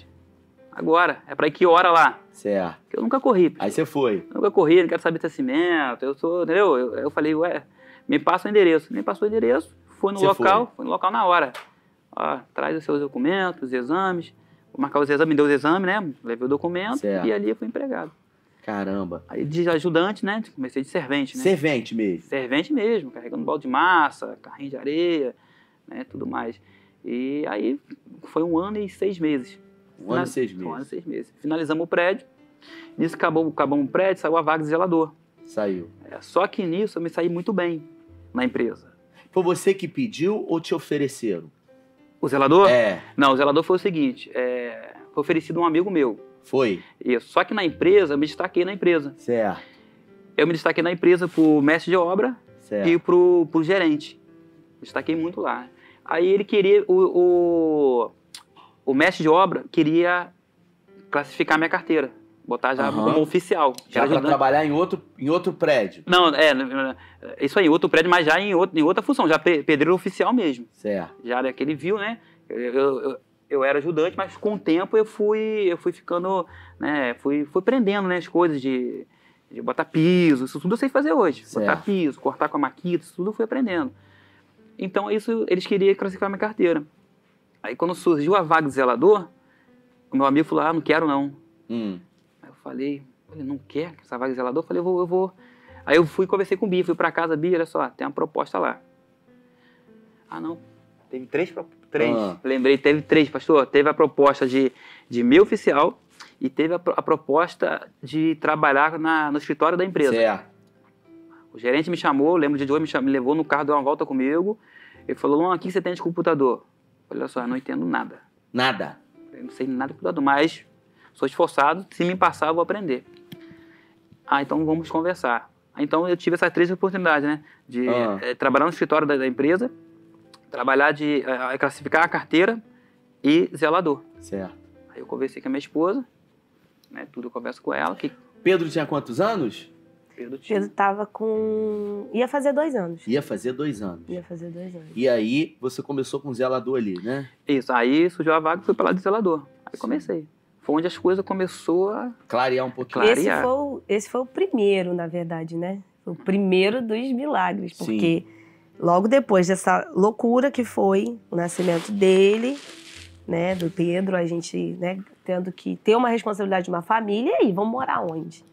Speaker 3: agora, é para ir que hora lá?
Speaker 1: certo.
Speaker 3: Porque eu nunca corri,
Speaker 1: Aí você foi.
Speaker 3: eu nunca corri, não quero saber se é cimento, eu sou, entendeu? Eu, eu falei, ué, me passa o endereço. Me passou o endereço, fui no
Speaker 1: Você
Speaker 3: local, fui no local na hora. Ó, traz os seus documentos, os exames. Vou marcar os exames, me deu os exames, né? Levei o documento
Speaker 1: Certo.
Speaker 3: e ali eu fui empregado.
Speaker 1: Caramba.
Speaker 3: Aí de ajudante, né? Comecei de servente, né?
Speaker 1: Servente mesmo.
Speaker 3: Servente mesmo, carregando balde de massa, carrinho de areia, né? Tudo mais. E aí foi um ano e seis meses.
Speaker 1: Um ano e seis
Speaker 3: Um ano e
Speaker 1: meses.
Speaker 3: seis meses. Finalizamos o prédio. Nisso acabou, acabou um prédio, saiu a vaga de zelador.
Speaker 1: Saiu.
Speaker 3: É, Só que nisso eu me saí muito bem na empresa.
Speaker 1: Foi você que pediu ou te ofereceram?
Speaker 3: O zelador?
Speaker 1: É,
Speaker 3: Não, o zelador foi o seguinte: é, foi oferecido um amigo meu.
Speaker 1: foi.
Speaker 3: Isso. Só que na empresa, eu me destaquei na empresa.
Speaker 1: Certo,
Speaker 3: Eu me destaquei na empresa pro mestre de obra
Speaker 1: certo.
Speaker 3: e pro, pro gerente. Destaquei muito lá. Aí ele queria. O, o, o mestre de obra queria classificar minha carteira. Botar já
Speaker 1: Aham.
Speaker 3: como oficial.
Speaker 1: Já para
Speaker 3: ajudante.
Speaker 1: trabalhar em outro, em outro prédio.
Speaker 3: Não, é, é, isso aí, outro prédio, mas já em, outro, em outra função, já pe- pedreiro oficial mesmo.
Speaker 1: Certo.
Speaker 3: já era que ele viu, né? Eu, eu, eu- eu era ajudante, mas com o tempo eu fui, eu fui ficando, né? Fui, fui prendendo né, as coisas de, de botar piso, isso tudo eu sei fazer hoje. Botar
Speaker 1: Certo.
Speaker 3: piso, cortar com a maquita, isso tudo eu fui aprendendo. Então isso eles queriam classificar minha carteira. Aí quando surgiu a vaga de zelador, o meu amigo falou, ah, não quero não.
Speaker 1: Hum.
Speaker 3: Aí eu falei, ele não quer essa vaga de zelador? Eu falei, eu vou, eu vou. Aí eu fui e conversei com o Bia, fui pra casa, Bia, olha só, tem uma proposta lá. Ah, não. Teve três, pro- três.
Speaker 1: Ah.
Speaker 3: Lembrei, teve três, pastor. Teve a proposta de, de meu oficial e teve a, pro- a proposta de trabalhar na, no escritório da empresa.
Speaker 1: Certo.
Speaker 3: O gerente me chamou, lembro de hoje, me, chamou, me levou no carro, deu uma volta comigo. Ele falou, Luan, o que você tem de computador? Olha só, eu não entendo nada.
Speaker 1: Nada.
Speaker 3: Eu não sei nada de cuidado, mas sou esforçado. Se me passar, eu vou aprender. Ah, então vamos conversar. Ah, Então eu tive essas três oportunidades, né? De
Speaker 1: Ah.
Speaker 3: eh, trabalhar no escritório da, da empresa, trabalhar de eh, classificar a carteira e zelador.
Speaker 1: Certo.
Speaker 3: Aí eu conversei com a minha esposa, né? Tudo eu converso com ela, que
Speaker 1: Pedro tinha quantos anos?
Speaker 3: Pedro tinha.
Speaker 2: Pedro tava com. Ia fazer dois anos.
Speaker 1: Ia fazer dois anos.
Speaker 2: Ia fazer dois anos.
Speaker 1: E aí você começou com o zelador ali, né?
Speaker 3: Isso, aí surgiu a vaga e fui pra lá de zelador. Aí comecei. Foi onde as coisas começou a...
Speaker 1: Clarear um pouquinho.
Speaker 3: Claro.
Speaker 2: Esse
Speaker 3: Maria.
Speaker 2: foi, o, esse foi o primeiro, na verdade, né? Foi o primeiro dos milagres,
Speaker 1: Sim.
Speaker 2: porque logo depois dessa loucura que foi o nascimento dele, né, do Pedro, a gente, né, tendo que ter uma responsabilidade de uma família, e aí, vamos morar onde?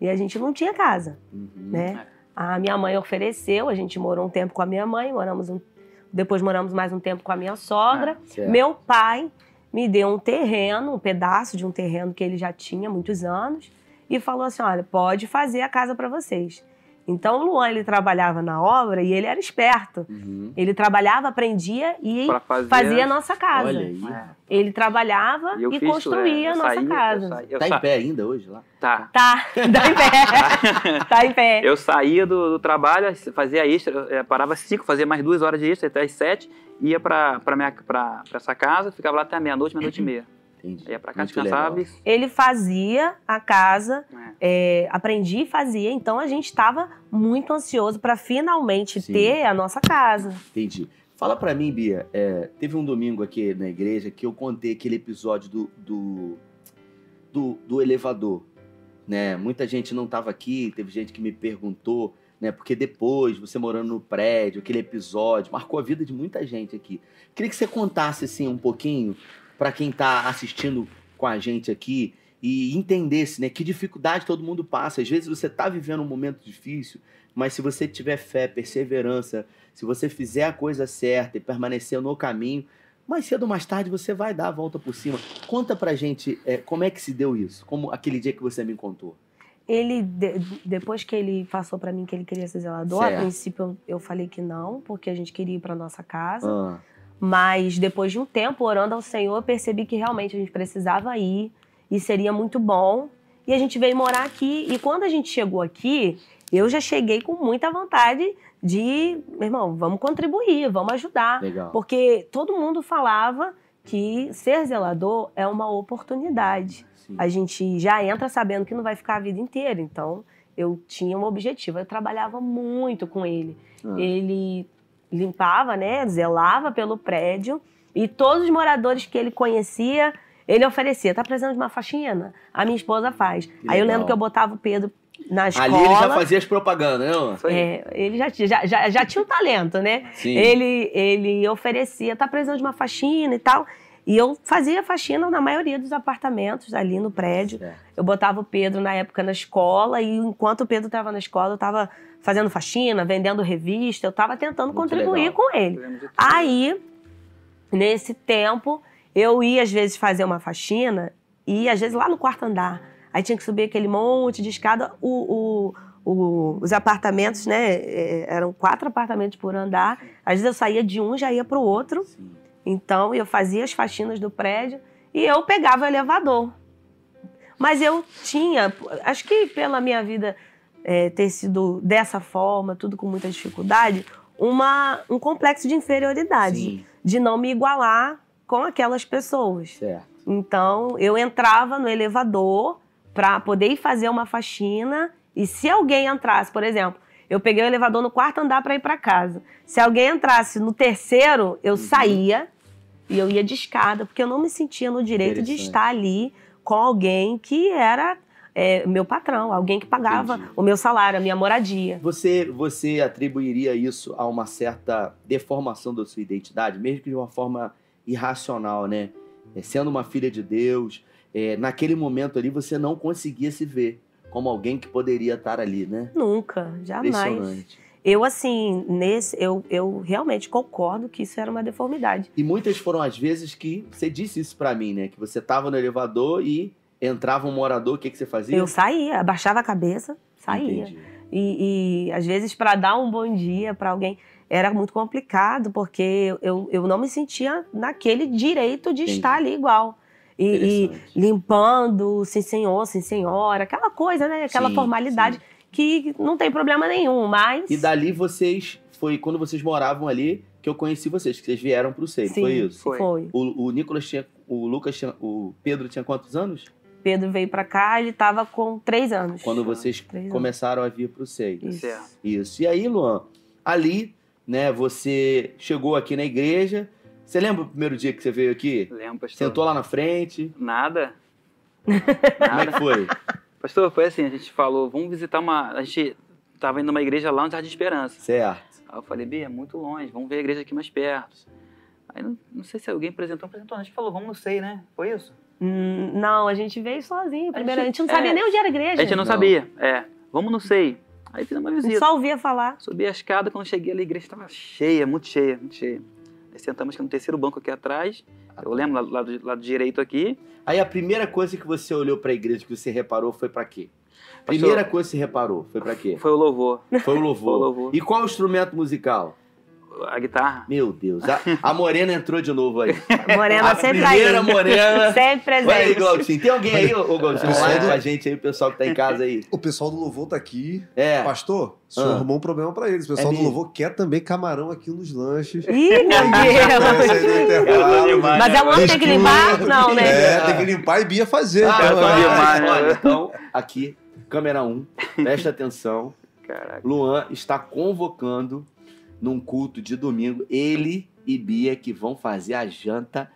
Speaker 2: E a gente não tinha casa,
Speaker 1: Uhum.
Speaker 2: né? A minha mãe ofereceu, a gente morou um tempo com a minha mãe, moramos um, depois moramos mais um tempo com a minha sogra.
Speaker 3: É.
Speaker 1: Certo.
Speaker 2: Meu pai me deu um terreno, um pedaço de um terreno que ele já tinha há muitos anos, e falou assim: olha, pode fazer a casa para vocês. Então o Luan ele trabalhava na obra e ele era esperto.
Speaker 1: Uhum.
Speaker 2: Ele trabalhava, aprendia e
Speaker 3: Pra fazer...
Speaker 2: fazia a nossa casa.
Speaker 1: Olha aí.
Speaker 3: É,
Speaker 2: Ele trabalhava
Speaker 3: eu
Speaker 2: e
Speaker 3: fiz, é,
Speaker 2: construía
Speaker 3: eu
Speaker 2: a nossa
Speaker 3: saía, eu
Speaker 2: casa.
Speaker 3: saía, eu
Speaker 1: Tá
Speaker 3: sa-
Speaker 1: em pé ainda hoje lá?
Speaker 3: Tá.
Speaker 2: Tá, tá em pé. tá em pé.
Speaker 3: Eu saía do, do trabalho, fazia extra, eh, parava às 5, fazia mais duas horas de extra, até às 7, ia pra, pra, minha, pra, pra essa casa, ficava lá até meia-noite, meia-noite e meia.
Speaker 1: Entendi.
Speaker 3: Ia pra cá,
Speaker 1: Muito
Speaker 3: descansava
Speaker 1: legal.
Speaker 3: e...
Speaker 2: Ele fazia a casa
Speaker 3: né,
Speaker 2: é, aprendi e fazia, então a gente estava muito ansioso para finalmente
Speaker 1: Sim.
Speaker 2: ter a nossa casa.
Speaker 1: Entendi. Fala pra mim, Bia. é, teve um domingo aqui na igreja que eu contei aquele episódio do do, do, do elevador. né? Muita gente não estava aqui, teve gente que me perguntou, né? Porque depois, você morando no prédio, aquele episódio, marcou a vida de muita gente aqui. Queria que você contasse assim um pouquinho para quem está assistindo com a gente aqui e entendesse, né, que dificuldade todo mundo passa. Às vezes você está vivendo um momento difícil, mas se você tiver fé, perseverança, se você fizer a coisa certa e permanecer no caminho, mais cedo ou mais tarde você vai dar a volta por cima. Conta pra gente é, como é que se deu isso, como aquele dia que você me contou.
Speaker 2: Ele, de- depois que ele passou pra mim que ele queria ser zelador,
Speaker 1: Certo.
Speaker 2: a princípio eu, eu falei que não, porque a gente queria ir pra nossa casa.
Speaker 1: Ah,
Speaker 2: Mas depois de um tempo orando ao Senhor, eu percebi que realmente a gente precisava ir e seria muito bom. E a gente veio morar aqui. E quando a gente chegou aqui, eu já cheguei com muita vontade de, meu irmão, vamos contribuir, vamos ajudar.
Speaker 1: Ah, legal.
Speaker 2: Porque todo mundo falava que ser zelador é uma oportunidade
Speaker 1: Sim.
Speaker 2: a gente já entra sabendo que não vai ficar a vida inteira. Então, eu tinha um objetivo. Eu trabalhava muito com ele.
Speaker 1: Ah.
Speaker 2: Ele limpava, né? Zelava pelo prédio. E todos os moradores que ele conhecia, ele oferecia. Tá precisando de uma faxina? A minha esposa faz. Aí eu
Speaker 1: legal.
Speaker 2: lembro que eu botava o Pedro na escola.
Speaker 1: Ali ele já fazia as propagandas, né? mano?
Speaker 3: Isso aí.
Speaker 2: É, ele já, tinha- já, já, já tinha o talento, né?
Speaker 1: Sim.
Speaker 2: Ele, ele oferecia, tá precisando de uma faxina e tal. E eu fazia faxina na maioria dos apartamentos ali no prédio.
Speaker 1: Certo.
Speaker 2: Eu botava o Pedro na época na escola e enquanto o Pedro estava na escola, eu estava fazendo faxina, vendendo revista, eu estava tentando
Speaker 1: Muito
Speaker 2: contribuir
Speaker 1: legal.
Speaker 2: com ele.
Speaker 3: Fizemos de tudo.
Speaker 2: Aí, nesse tempo, eu ia às vezes fazer uma faxina e às vezes lá no quarto andar. Aí tinha que subir aquele monte de escada. O- o- o- os apartamentos, né? eh, Eram quatro apartamentos por andar. Às vezes eu saía de um e já ia para o outro.
Speaker 1: Sim.
Speaker 2: Então eu fazia as faxinas do prédio e eu pegava o elevador. Mas eu tinha, acho que pela minha vida eh, ter sido dessa forma, tudo com muita dificuldade, uma, um complexo de inferioridade,
Speaker 1: Sim,
Speaker 2: de não me igualar com aquelas pessoas.
Speaker 1: certo.
Speaker 2: Então eu entrava no elevador para poder ir fazer uma faxina e se alguém entrasse, por exemplo, eu peguei o elevador no quarto andar para ir para casa. Se alguém entrasse no terceiro, eu
Speaker 1: Uhum.
Speaker 2: saía e eu ia de escada porque eu não me sentia no direito de
Speaker 1: Interessante.
Speaker 2: estar ali com alguém que era é, meu patrão, alguém que pagava
Speaker 1: Entendi.
Speaker 2: o meu salário, a minha moradia.
Speaker 1: Você, você atribuiria isso a uma certa deformação da sua identidade, mesmo que de uma forma irracional, né? É, sendo uma filha de Deus, é, naquele momento ali você não conseguia se ver como alguém que poderia estar ali, né?
Speaker 2: Nunca, jamais.
Speaker 1: Impressionante.
Speaker 2: Eu assim, nesse, eu, eu realmente concordo que isso era uma deformidade.
Speaker 1: E muitas foram as vezes que você disse isso pra mim, né? Que você tava no elevador e entrava um morador, o que, que você fazia?
Speaker 2: Eu saía, abaixava a cabeça, saía.
Speaker 1: Entendi.
Speaker 2: E, e, às vezes para dar um bom dia para alguém era muito complicado, porque eu, eu não me sentia naquele direito de
Speaker 1: Entendi.
Speaker 2: estar ali igual. E, e
Speaker 1: Interessante.
Speaker 2: limpando, sim senhor, sim senhora, aquela coisa, né? Aquela
Speaker 1: Sim,
Speaker 2: formalidade
Speaker 1: sim.
Speaker 2: que não tem problema nenhum, mas.
Speaker 1: E dali vocês, foi quando vocês moravam ali que eu conheci vocês, que vocês vieram pro Seio,
Speaker 2: Sim,
Speaker 1: foi isso?
Speaker 3: Foi.
Speaker 2: foi.
Speaker 1: O, o Nicolas tinha, o Lucas tinha, o Pedro tinha quantos anos?
Speaker 2: Pedro veio para cá, ele estava com três anos.
Speaker 1: Quando vocês
Speaker 2: Três
Speaker 1: começaram a vir pro Seio.
Speaker 2: Isso.
Speaker 3: Certo.
Speaker 1: Isso. E aí, Luan, ali, né, você chegou aqui na igreja, você lembra o primeiro dia que você veio aqui?
Speaker 3: Lembro, pastor.
Speaker 1: Sentou lá na frente,
Speaker 3: Nada.
Speaker 1: como é
Speaker 3: Nada.
Speaker 1: que foi?
Speaker 3: Pastor, foi assim, a gente falou, vamos visitar uma... A gente tava indo numa igreja lá no Jardim Esperança.
Speaker 1: certo.
Speaker 3: Aí eu falei, Bia, é muito longe, vamos ver a igreja aqui mais perto. Aí não, não sei se alguém apresentou, apresentou, a gente falou, vamos, não sei, né? Foi isso?
Speaker 2: Hum, não, a gente veio sozinho. Primeiro, a gente,
Speaker 3: gente-
Speaker 2: não sabia
Speaker 3: é.
Speaker 2: nem onde era a
Speaker 3: A
Speaker 2: igreja.
Speaker 3: gente não,
Speaker 1: Não.
Speaker 3: sabia, é, vamos, não sei. Aí fiz uma
Speaker 2: A gente
Speaker 3: visita.
Speaker 2: só ouvia falar.
Speaker 3: Subi a escada, quando cheguei ali, a igreja estava cheia, muito cheia, muito cheia. Aí sentamos aqui no terceiro banco aqui atrás, eu lembro, lá do lado, lado direito aqui.
Speaker 1: Aí a primeira coisa que você olhou pra igreja que você reparou foi pra quê? Primeira coisa que você reparou foi pra quê?
Speaker 3: Foi o louvor,
Speaker 1: Foi o
Speaker 3: foi o
Speaker 1: louvor.
Speaker 3: louvor.
Speaker 1: E qual o instrumento musical?
Speaker 3: A guitarra.
Speaker 1: Meu Deus, a, a Morena entrou de novo aí.
Speaker 2: Morena
Speaker 1: a
Speaker 2: sempre aí.
Speaker 1: primeira Morena. Olha
Speaker 2: Sempre
Speaker 3: é
Speaker 1: aí,
Speaker 2: presente.
Speaker 1: Glaucinho. Tem alguém aí, ô Glaucinho,
Speaker 4: Pessoal
Speaker 1: online
Speaker 4: do-
Speaker 1: com a gente aí, o pessoal que tá em casa aí?
Speaker 4: O pessoal do Louvor tá aqui.
Speaker 1: É.
Speaker 4: Pastor, o senhor
Speaker 1: Ah.
Speaker 4: arrumou um problema pra eles. O
Speaker 1: É
Speaker 4: pessoal do
Speaker 1: mesmo? É,
Speaker 4: Louvor quer também camarão aqui nos lanches.
Speaker 2: Ih, meu
Speaker 4: Essa
Speaker 2: Deus!
Speaker 4: aí do intervalo.
Speaker 2: Mas é um homem que tem que limpar? Não, né?
Speaker 4: É, tem que limpar e Bia fazer.
Speaker 1: Ah,
Speaker 4: então,
Speaker 1: mas,
Speaker 3: sabia
Speaker 4: é.
Speaker 3: mais, né?
Speaker 1: olha, então, aqui, câmera 1, presta atenção.
Speaker 3: Caraca.
Speaker 1: Luan está convocando num culto de domingo ele e Bia que vão fazer a janta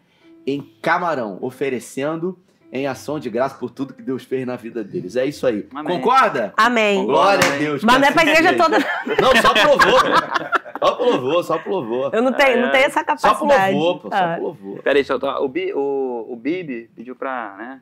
Speaker 1: em Camarão, oferecendo em ação de graça por tudo que Deus fez na vida deles. É isso aí.
Speaker 3: Amém.
Speaker 1: Concorda?
Speaker 2: Amém.
Speaker 1: Glória a
Speaker 3: Amém.
Speaker 1: Deus.
Speaker 2: Mas não é pra
Speaker 1: assim
Speaker 2: igreja
Speaker 1: seja.
Speaker 2: toda.
Speaker 1: Não, só provou. Só provou, só provou.
Speaker 2: Eu não tenho,
Speaker 3: É.
Speaker 2: não tenho essa
Speaker 1: Só
Speaker 2: capacidade.
Speaker 1: provou, pô, só
Speaker 2: Ah,
Speaker 1: provou.
Speaker 3: Peraí, deixa eu tá, o, Bi, o, o Bibi pediu pra né,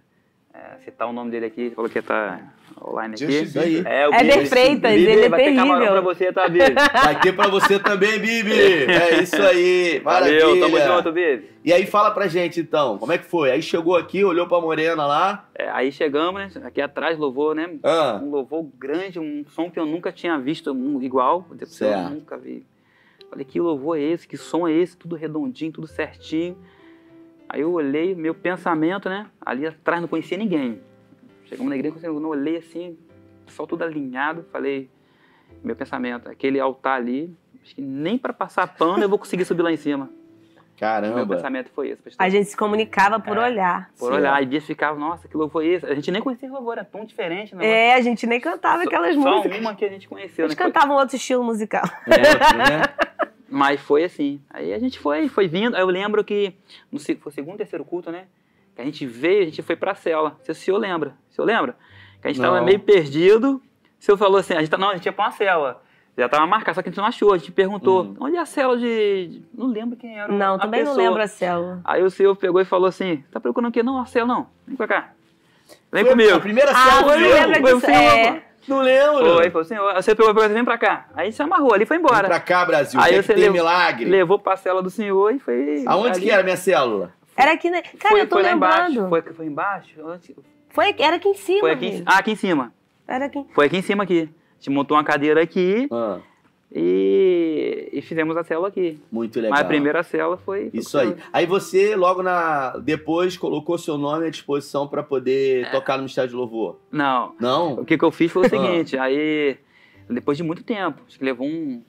Speaker 3: é, citar o nome dele aqui, ele falou que tá online aqui.
Speaker 4: Justin
Speaker 1: Isso aí.
Speaker 3: É, o
Speaker 2: Éder
Speaker 3: Bibi-
Speaker 2: Freitas,
Speaker 3: Bibi,
Speaker 2: ele é
Speaker 3: vai ter camarão
Speaker 2: terrível.
Speaker 3: pra você, tá, Bibi?
Speaker 1: Vai ter pra você também, Bibi. É isso aí. Maravilha.
Speaker 3: Valeu, tamo junto, Bibi.
Speaker 1: E aí fala pra gente, então, como é que foi? Aí chegou aqui, olhou pra Morena lá.
Speaker 3: É, aí chegamos, né, aqui atrás, louvor, né?
Speaker 1: Ah,
Speaker 3: Um louvor grande, um som que eu nunca tinha visto um igual, eu
Speaker 1: Certo.
Speaker 3: nunca vi. Falei, que louvor é esse? Que som é esse? Tudo redondinho, tudo certinho. Aí eu olhei, meu pensamento, né? Ali atrás não conhecia ninguém. Chegamos na igreja, eu não olhei assim, só tudo alinhado. Falei, meu pensamento, aquele altar ali, acho que nem para passar pano eu vou conseguir subir lá em cima. Meu
Speaker 1: caramba.
Speaker 3: pensamento foi esse, pastor.
Speaker 2: A gente se comunicava por
Speaker 3: É.
Speaker 2: olhar.
Speaker 3: Por
Speaker 1: Sim.
Speaker 3: olhar, e Dias ficava, nossa, que louvor é esse? A gente nem conhecia o louvor, era tão diferente, né?
Speaker 2: É, a gente nem cantava aquelas
Speaker 3: só,
Speaker 2: músicas.
Speaker 3: Só uma que a gente conheceu,
Speaker 2: Eles
Speaker 3: né? Foi-
Speaker 2: cantavam um outro estilo musical.
Speaker 1: É, né?
Speaker 3: Mas foi assim. Aí a gente foi, foi vindo. Aí eu lembro que no se- foi segundo, terceiro culto, né? Que a gente veio, a gente foi pra cela. Se o senhor lembra? O senhor lembra? Que a gente tava
Speaker 1: Não.
Speaker 3: meio perdido. O senhor falou assim, a gente tá, não, a gente ia pra uma cela. Já tava marcado, só que a gente não achou. A gente perguntou,
Speaker 1: Uhum.
Speaker 3: onde é a cela de... de- Não lembro quem era
Speaker 2: Não,
Speaker 3: a
Speaker 2: também não
Speaker 3: pessoa.
Speaker 2: lembro a célula.
Speaker 3: Aí o senhor pegou e falou assim, tá procurando o quê? Não, a cela não. Vem pra cá. Vem
Speaker 1: Foi A
Speaker 3: comigo.
Speaker 1: primeira
Speaker 2: Ah,
Speaker 1: célula
Speaker 2: você
Speaker 1: meu.
Speaker 2: lembra
Speaker 3: Foi o
Speaker 2: disso?
Speaker 3: senhor,
Speaker 2: É.
Speaker 3: mano.
Speaker 1: Não lembro.
Speaker 3: Foi, falou, senhor. Aí o senhor pegou e falou assim, vem pra cá. Aí se amarrou ali e foi
Speaker 1: Vem
Speaker 3: embora.
Speaker 1: pra cá, Brasil.
Speaker 3: Aí
Speaker 1: que é que
Speaker 3: você
Speaker 1: tem
Speaker 3: levou-
Speaker 1: milagre.
Speaker 3: Levou pra cela do senhor e foi...
Speaker 1: Aonde
Speaker 3: ali.
Speaker 1: que era minha célula?
Speaker 2: Era aqui, né? Cara,
Speaker 3: foi,
Speaker 2: eu tô
Speaker 3: foi lá embaixo.
Speaker 2: lembrando.
Speaker 3: Foi, foi embaixo? Onde-
Speaker 2: Foi aqui- era aqui em cima.
Speaker 3: Foi aqui em,
Speaker 2: amigo.
Speaker 3: ah, aqui em cima.
Speaker 2: Era aqui.
Speaker 3: Foi aqui em cima aqui. A gente montou uma cadeira aqui
Speaker 1: Ah,
Speaker 3: e, e fizemos a célula aqui.
Speaker 1: muito legal.
Speaker 3: Mas a primeira célula foi.
Speaker 1: Isso aí. Aí você, logo na depois, colocou seu nome à disposição pra poder
Speaker 3: É.
Speaker 1: tocar no Ministério de Louvor.
Speaker 3: Não.
Speaker 1: Não?
Speaker 3: O que, que eu fiz foi o
Speaker 1: Ah.
Speaker 3: seguinte, aí. Depois de muito tempo, acho que levou um.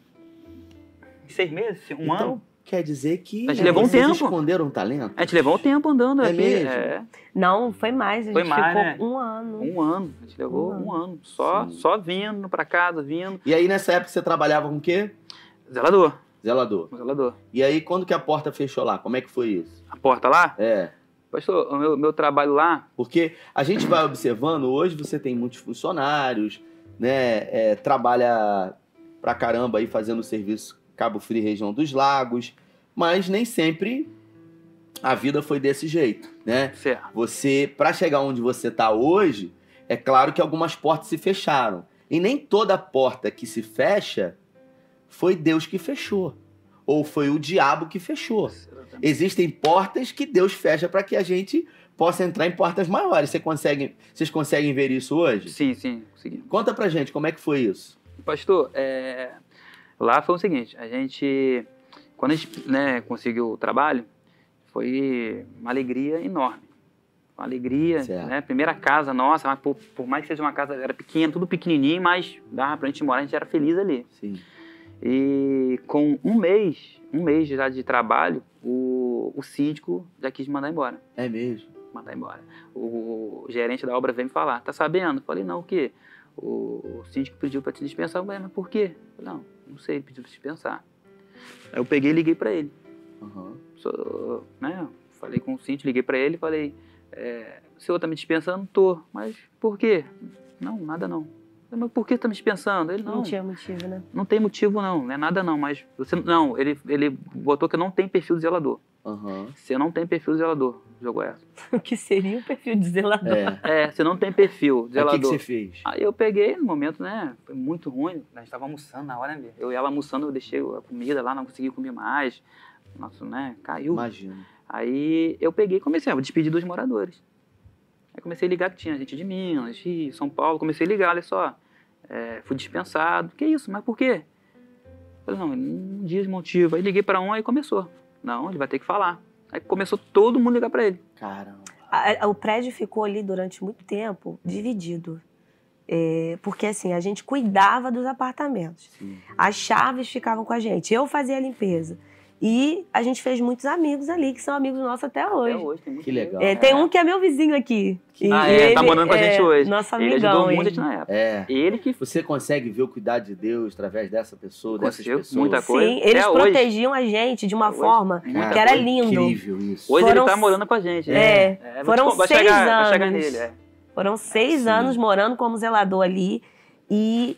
Speaker 3: Seis meses?
Speaker 1: Então.
Speaker 3: Um ano?
Speaker 1: quer dizer que
Speaker 3: A gente levou um
Speaker 1: vocês
Speaker 3: tempo.
Speaker 1: esconderam um talento?
Speaker 3: A gente levou um tempo andando
Speaker 1: É
Speaker 3: aqui.
Speaker 1: mesmo?
Speaker 3: É,
Speaker 2: Não, foi mais. A gente
Speaker 3: Foi mais,
Speaker 2: ficou
Speaker 3: né?
Speaker 2: um ano.
Speaker 3: um ano. A gente levou
Speaker 2: Um
Speaker 3: um ano. Só,
Speaker 1: Sim.
Speaker 3: só vindo pra casa, vindo.
Speaker 1: E aí, nessa época, você trabalhava com o quê?
Speaker 3: Zelador.
Speaker 1: Zelador.
Speaker 3: Zelador.
Speaker 1: E aí, quando que a porta fechou lá? Como é que foi isso?
Speaker 3: A porta lá?
Speaker 1: É.
Speaker 3: Pastor, o meu, meu trabalho lá,
Speaker 1: Porque a gente vai observando, hoje você tem muitos funcionários, né? é, trabalha pra caramba aí fazendo serviço Cabo Frio, região dos lagos, mas nem sempre a vida foi desse jeito, né?
Speaker 3: Certo.
Speaker 1: Você, pra chegar onde você tá hoje, é claro que algumas portas se fecharam. E nem toda porta que se fecha foi Deus que fechou, ou foi o diabo que fechou. Existem portas que Deus fecha para que a gente possa entrar em portas maiores. Você consegue, vocês conseguem ver isso hoje?
Speaker 3: Sim, sim, consegui.
Speaker 1: Conta pra gente como é que foi isso.
Speaker 3: Pastor, é, lá foi o seguinte, a gente, quando a gente né, conseguiu o trabalho, foi uma alegria enorme. Uma alegria,
Speaker 1: Certo.
Speaker 3: né? Primeira casa nossa, mas por, por mais que seja uma casa, era pequena, tudo pequenininho, mas dava pra gente morar, a gente era feliz ali.
Speaker 1: Sim.
Speaker 3: E com um mês, um mês já de trabalho, o, o síndico já quis mandar embora.
Speaker 1: É mesmo.
Speaker 3: mandar embora. O gerente da obra veio me falar, tá sabendo? Falei, não, o quê? O, o síndico pediu pra te dispensar. Eu falei, mas por quê? Falei, não, não sei, ele pediu pra te dispensar. Aí eu peguei e liguei pra ele.
Speaker 1: Aham.
Speaker 3: Só, né, falei com o síndico, liguei pra ele e falei, é, o senhor tá me dispensando? Tô. Mas por quê? Não, nada não. Falei, Mas por que tá me dispensando? Ele,
Speaker 2: Não.
Speaker 3: não,
Speaker 2: tinha motivo, né?
Speaker 3: não tem motivo não, não é nada não, mas você, não, ele, ele botou que eu não tem perfil de zelador.
Speaker 1: Aham.
Speaker 3: Você não tem perfil de zelador, jogou essa.
Speaker 2: O que seria o perfil de zelador?
Speaker 1: É. Aí
Speaker 3: É, você não tem perfil de
Speaker 1: É. O que, que
Speaker 3: zelador.
Speaker 1: você fez?
Speaker 3: Aí eu peguei, no momento, né? Foi muito ruim. A gente tava almoçando na hora, né? Eu e ela almoçando, eu deixei a comida lá, não consegui comer mais. Nossa, né? Caiu.
Speaker 1: Imagina.
Speaker 3: Aí eu peguei e comecei, a despedir dos moradores. Aí comecei a ligar que tinha gente de Minas, de São Paulo. Comecei a ligar, olha só. é, fui dispensado. Que isso? Mas por quê? Falei, não, não diz motivo. Aí liguei pra um e começou. Não, ele vai ter que falar. Aí começou todo mundo ligar pra ele.
Speaker 1: Caramba.
Speaker 2: A- a- o prédio ficou ali durante muito tempo dividido. É, porque assim, a gente cuidava dos apartamentos.
Speaker 1: Sim.
Speaker 2: As chaves ficavam com a gente. Eu fazia a limpeza. E a gente fez muitos amigos ali, que são amigos nossos até hoje.
Speaker 3: Até hoje, tem muito
Speaker 1: Que legal.
Speaker 2: É, tem um que é meu vizinho aqui. E
Speaker 3: Ah, é, tá morando com a gente hoje.
Speaker 2: Nosso
Speaker 3: Ele
Speaker 2: amigão.
Speaker 3: ajudou muito a
Speaker 2: ele.
Speaker 3: gente na época.
Speaker 1: É.
Speaker 3: Ele que
Speaker 1: Você consegue ver o cuidado de Deus através dessa pessoa, dessas
Speaker 3: Consigo,
Speaker 1: pessoas?
Speaker 3: muita coisa.
Speaker 2: Sim, eles
Speaker 3: Até hoje.
Speaker 2: protegiam a gente de uma
Speaker 3: Até hoje.
Speaker 2: forma
Speaker 1: Cara,
Speaker 2: que era
Speaker 1: foi
Speaker 2: lindo.
Speaker 1: Incrível isso.
Speaker 3: Hoje
Speaker 2: Foram
Speaker 3: ele tá
Speaker 2: s-
Speaker 3: morando com a gente. né?
Speaker 2: É,
Speaker 3: É,
Speaker 2: foram
Speaker 3: vou te con- vai
Speaker 2: seis
Speaker 3: chegar, Vai chegar
Speaker 2: anos.
Speaker 3: nele, é.
Speaker 2: Foram seis
Speaker 1: Sim.
Speaker 2: anos morando como zelador ali e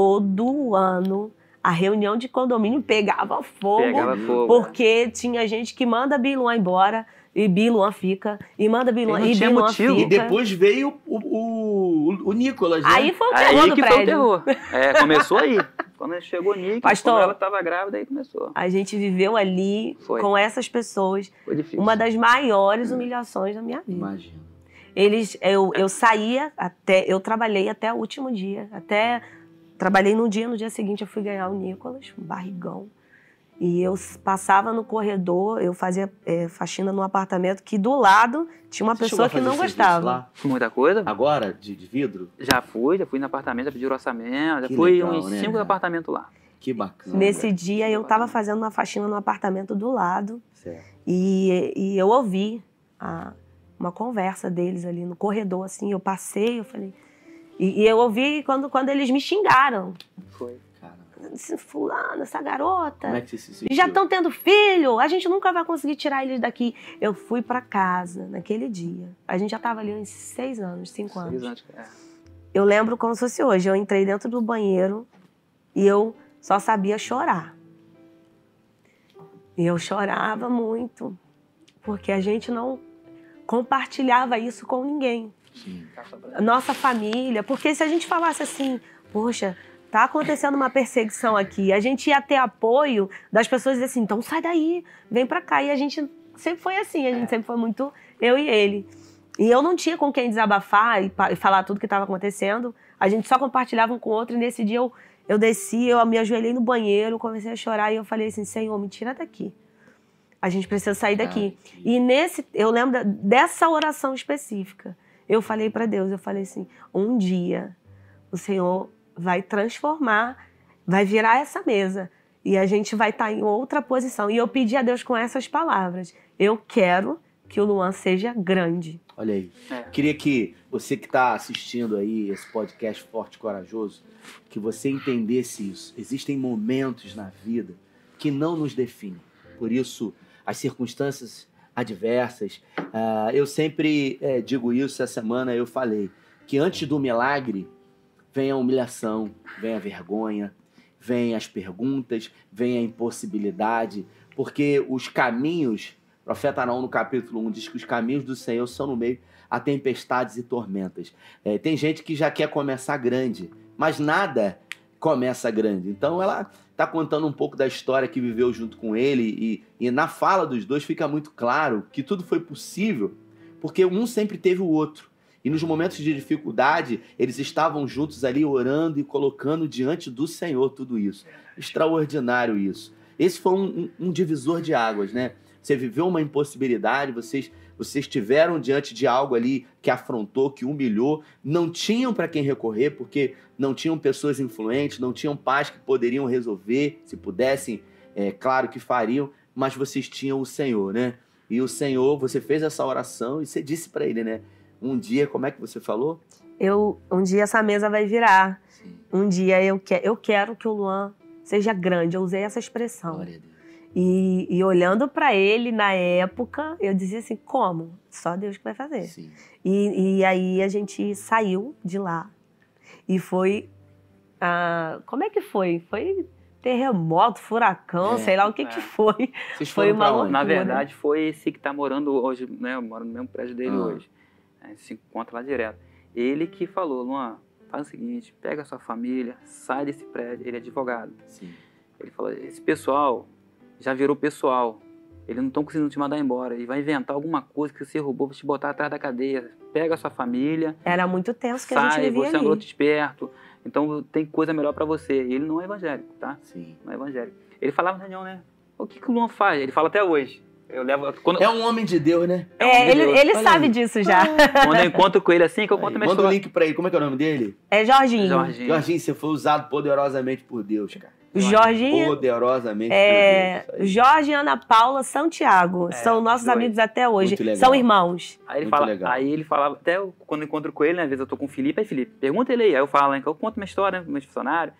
Speaker 2: todo ano a reunião de condomínio pegava fogo
Speaker 3: Pegava fogo. é.
Speaker 2: porque tinha gente que manda Biluan embora e Biluan fica e manda Biluan
Speaker 3: não
Speaker 2: e
Speaker 3: tinha
Speaker 2: Biluan
Speaker 3: motivo.
Speaker 1: E
Speaker 2: fica.
Speaker 1: depois veio o, o, o Nicolas, né?
Speaker 2: Aí foi o terror
Speaker 3: Aí
Speaker 2: do
Speaker 3: que
Speaker 2: prédio.
Speaker 3: foi o terror. É, começou aí. Quando chegou o Nick,
Speaker 2: Pastor.
Speaker 3: quando ela tava grávida, aí começou.
Speaker 2: A gente viveu ali
Speaker 3: Foi.
Speaker 2: com essas pessoas
Speaker 3: Foi difícil.
Speaker 2: uma das maiores humilhações da minha vida.
Speaker 1: Imagina.
Speaker 2: Eles, eu, eu saía até, eu trabalhei até o último dia, até trabalhei num dia, no dia seguinte eu fui ganhar o Nicolas, um barrigão. E eu s- passava no corredor, eu fazia eh, faxina num apartamento que do lado tinha uma
Speaker 1: Você chegou a
Speaker 2: pessoa que
Speaker 1: fazer
Speaker 2: não
Speaker 1: serviço
Speaker 2: gostava.
Speaker 1: lá?
Speaker 3: Muita coisa.
Speaker 1: Agora, de, de vidro?
Speaker 3: Já fui, já fui no apartamento, já pedi orçamento, já
Speaker 1: Que
Speaker 3: fui
Speaker 1: legal,
Speaker 3: uns
Speaker 1: né,
Speaker 3: cinco
Speaker 1: cara?
Speaker 3: apartamentos lá.
Speaker 1: Que bacana.
Speaker 2: Nesse dia eu estava fazendo uma faxina no apartamento do lado
Speaker 1: Certo.
Speaker 2: e, e eu ouvi a- uma conversa deles ali no corredor, assim, eu passei, eu falei. E, e eu ouvi quando, quando eles me xingaram.
Speaker 3: Foi.
Speaker 1: Caramba.
Speaker 2: Esse fulano, essa garota.
Speaker 1: Como é que você se sentiu?
Speaker 2: Tá. E já estão tendo filho, a gente nunca vai conseguir tirar eles daqui. Eu fui pra casa naquele dia. A gente já tava ali uns seis anos, cinco anos.
Speaker 3: Seis anos. É.
Speaker 2: Eu lembro como se fosse hoje. Eu entrei dentro do banheiro e eu só sabia chorar. E eu chorava muito, porque a gente não compartilhava isso com ninguém
Speaker 1: Sim.
Speaker 3: Tá
Speaker 2: a nossa família, porque se a gente falasse assim, poxa, tá acontecendo uma perseguição aqui, a gente ia ter apoio das pessoas dizer assim, então sai daí, vem pra cá. E a gente sempre foi assim, a gente sempre foi muito eu e ele. E eu não tinha com quem desabafar e, pa- e falar tudo que estava acontecendo. A gente só compartilhava um com o outro. E nesse dia eu, eu desci, eu me ajoelhei no banheiro, comecei a chorar e eu falei assim: Senhor, me tira daqui. A gente precisa sair daqui. E nesse, eu lembro da- dessa oração específica. Eu falei para Deus, eu falei assim: um dia o Senhor vai transformar, vai virar essa mesa e a gente vai estar em outra posição. E eu pedi a Deus com essas palavras: eu quero que o Luan seja grande.
Speaker 1: Olha aí.
Speaker 3: É.
Speaker 1: Queria que você que está assistindo aí esse podcast Forte e Corajoso, que você entendesse isso. Existem momentos na vida que não nos definem. Por isso, as circunstâncias adversas. ah, eu sempre eh, digo isso, essa semana eu falei que antes do milagre vem a humilhação, vem a vergonha, vem as perguntas, vem a impossibilidade, porque os caminhos, o profeta Arão no capítulo 1 diz que os caminhos do Senhor são no meio a tempestades e tormentas. É, tem gente que já quer começar grande, mas nada começa grande. Então ela está contando um pouco da história que viveu junto com ele e, e na fala dos dois fica muito claro que tudo foi possível porque um sempre teve o outro. E nos momentos de dificuldade, eles estavam juntos ali orando e colocando diante do Senhor tudo isso. Extraordinário isso. Esse foi um, um- um divisor de águas, né? Você viveu uma impossibilidade, vocês vocês estiveram diante de algo ali que afrontou, que humilhou, não tinham para quem recorrer, porque não tinham pessoas influentes, não tinham pais que poderiam resolver, se pudessem, é claro que fariam, mas vocês tinham o Senhor, né? E o Senhor, você fez essa oração e você disse para ele, né? Um dia, como é que você falou?
Speaker 2: Eu um dia essa mesa vai virar.
Speaker 1: Sim,
Speaker 2: Um dia eu, que, eu quero que o Luan seja grande. Eu usei essa expressão.
Speaker 1: glória a Deus.
Speaker 2: E, e olhando pra ele na época, eu dizia assim: como? Só Deus que vai
Speaker 3: É.
Speaker 2: fazer.
Speaker 1: Sim.
Speaker 2: E, e aí a gente saiu de lá e foi. ah, como é que foi? Foi terremoto, furacão,
Speaker 1: É,
Speaker 2: sei lá o que
Speaker 3: é.
Speaker 2: que foi.
Speaker 1: Vocês
Speaker 2: Foi
Speaker 1: foram
Speaker 2: uma
Speaker 1: pra onde?
Speaker 2: loucura.
Speaker 3: Na verdade, foi esse que tá morando hoje, né? Eu moro no mesmo prédio dele
Speaker 1: Ah.
Speaker 3: hoje. A gente se encontra lá direto. Ele que falou, Luan, faz o seguinte, pega a sua família, sai desse prédio. Ele é advogado.
Speaker 1: Sim.
Speaker 3: Ele falou, esse pessoal já virou pessoal. Eles não estão conseguindo te mandar embora. Ele vai inventar alguma coisa que você roubou pra te botar atrás da cadeia. Pega a sua família,
Speaker 2: Era muito tenso que a gente
Speaker 3: sai,
Speaker 2: vivia
Speaker 3: você é um garoto
Speaker 2: ali.
Speaker 3: esperto. Então tem coisa melhor pra você. E ele não é evangélico, tá?
Speaker 1: Sim.
Speaker 3: Não é evangélico. Ele falava na reunião, né? O que, que o Luan faz? Ele fala até hoje. Eu levo. Quando,
Speaker 1: É um homem de Deus, né?
Speaker 3: é um
Speaker 2: É, ele,
Speaker 3: vídeo.
Speaker 2: ele
Speaker 1: Olha
Speaker 2: sabe
Speaker 1: aí.
Speaker 2: disso já.
Speaker 3: Quando eu encontro com ele assim, que eu conto
Speaker 1: Aí,
Speaker 3: minha
Speaker 1: manda o
Speaker 3: história.
Speaker 1: link para ele. Como é que é o nome dele?
Speaker 2: É Jorginho.
Speaker 3: Jorginho.
Speaker 1: Jorginho, você foi usado poderosamente por Deus, cara.
Speaker 2: Jorginho,
Speaker 1: Poderosamente.
Speaker 2: é,
Speaker 1: produzido, isso aí.
Speaker 2: Jorge e Ana Paula Santiago.
Speaker 3: É,
Speaker 2: são nossos
Speaker 3: os dois.
Speaker 2: amigos até hoje.
Speaker 1: Muito legal.
Speaker 2: São irmãos.
Speaker 3: Aí ele,
Speaker 1: Muito
Speaker 3: fala,
Speaker 1: legal.
Speaker 3: aí ele falava, até eu, quando eu encontro com ele, né, às vezes eu tô com o Felipe, aí Felipe, pergunta ele aí, aí eu falo, né, que eu conto minha história, né, meu funcionário.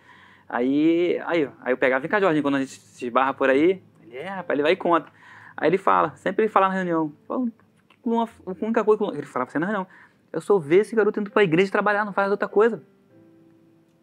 Speaker 3: Aí, aí, ó, aí eu pegava, vem cá, Jorginho, quando a gente se esbarra por aí, ele é, rapaz, ele vai e conta. Aí ele fala, sempre ele fala na reunião, "Pô, que Luan- a única coisa que o Luan-" ele falava pra você na reunião, eu só vejo esse garoto indo pra igreja trabalhar, não faz outra coisa.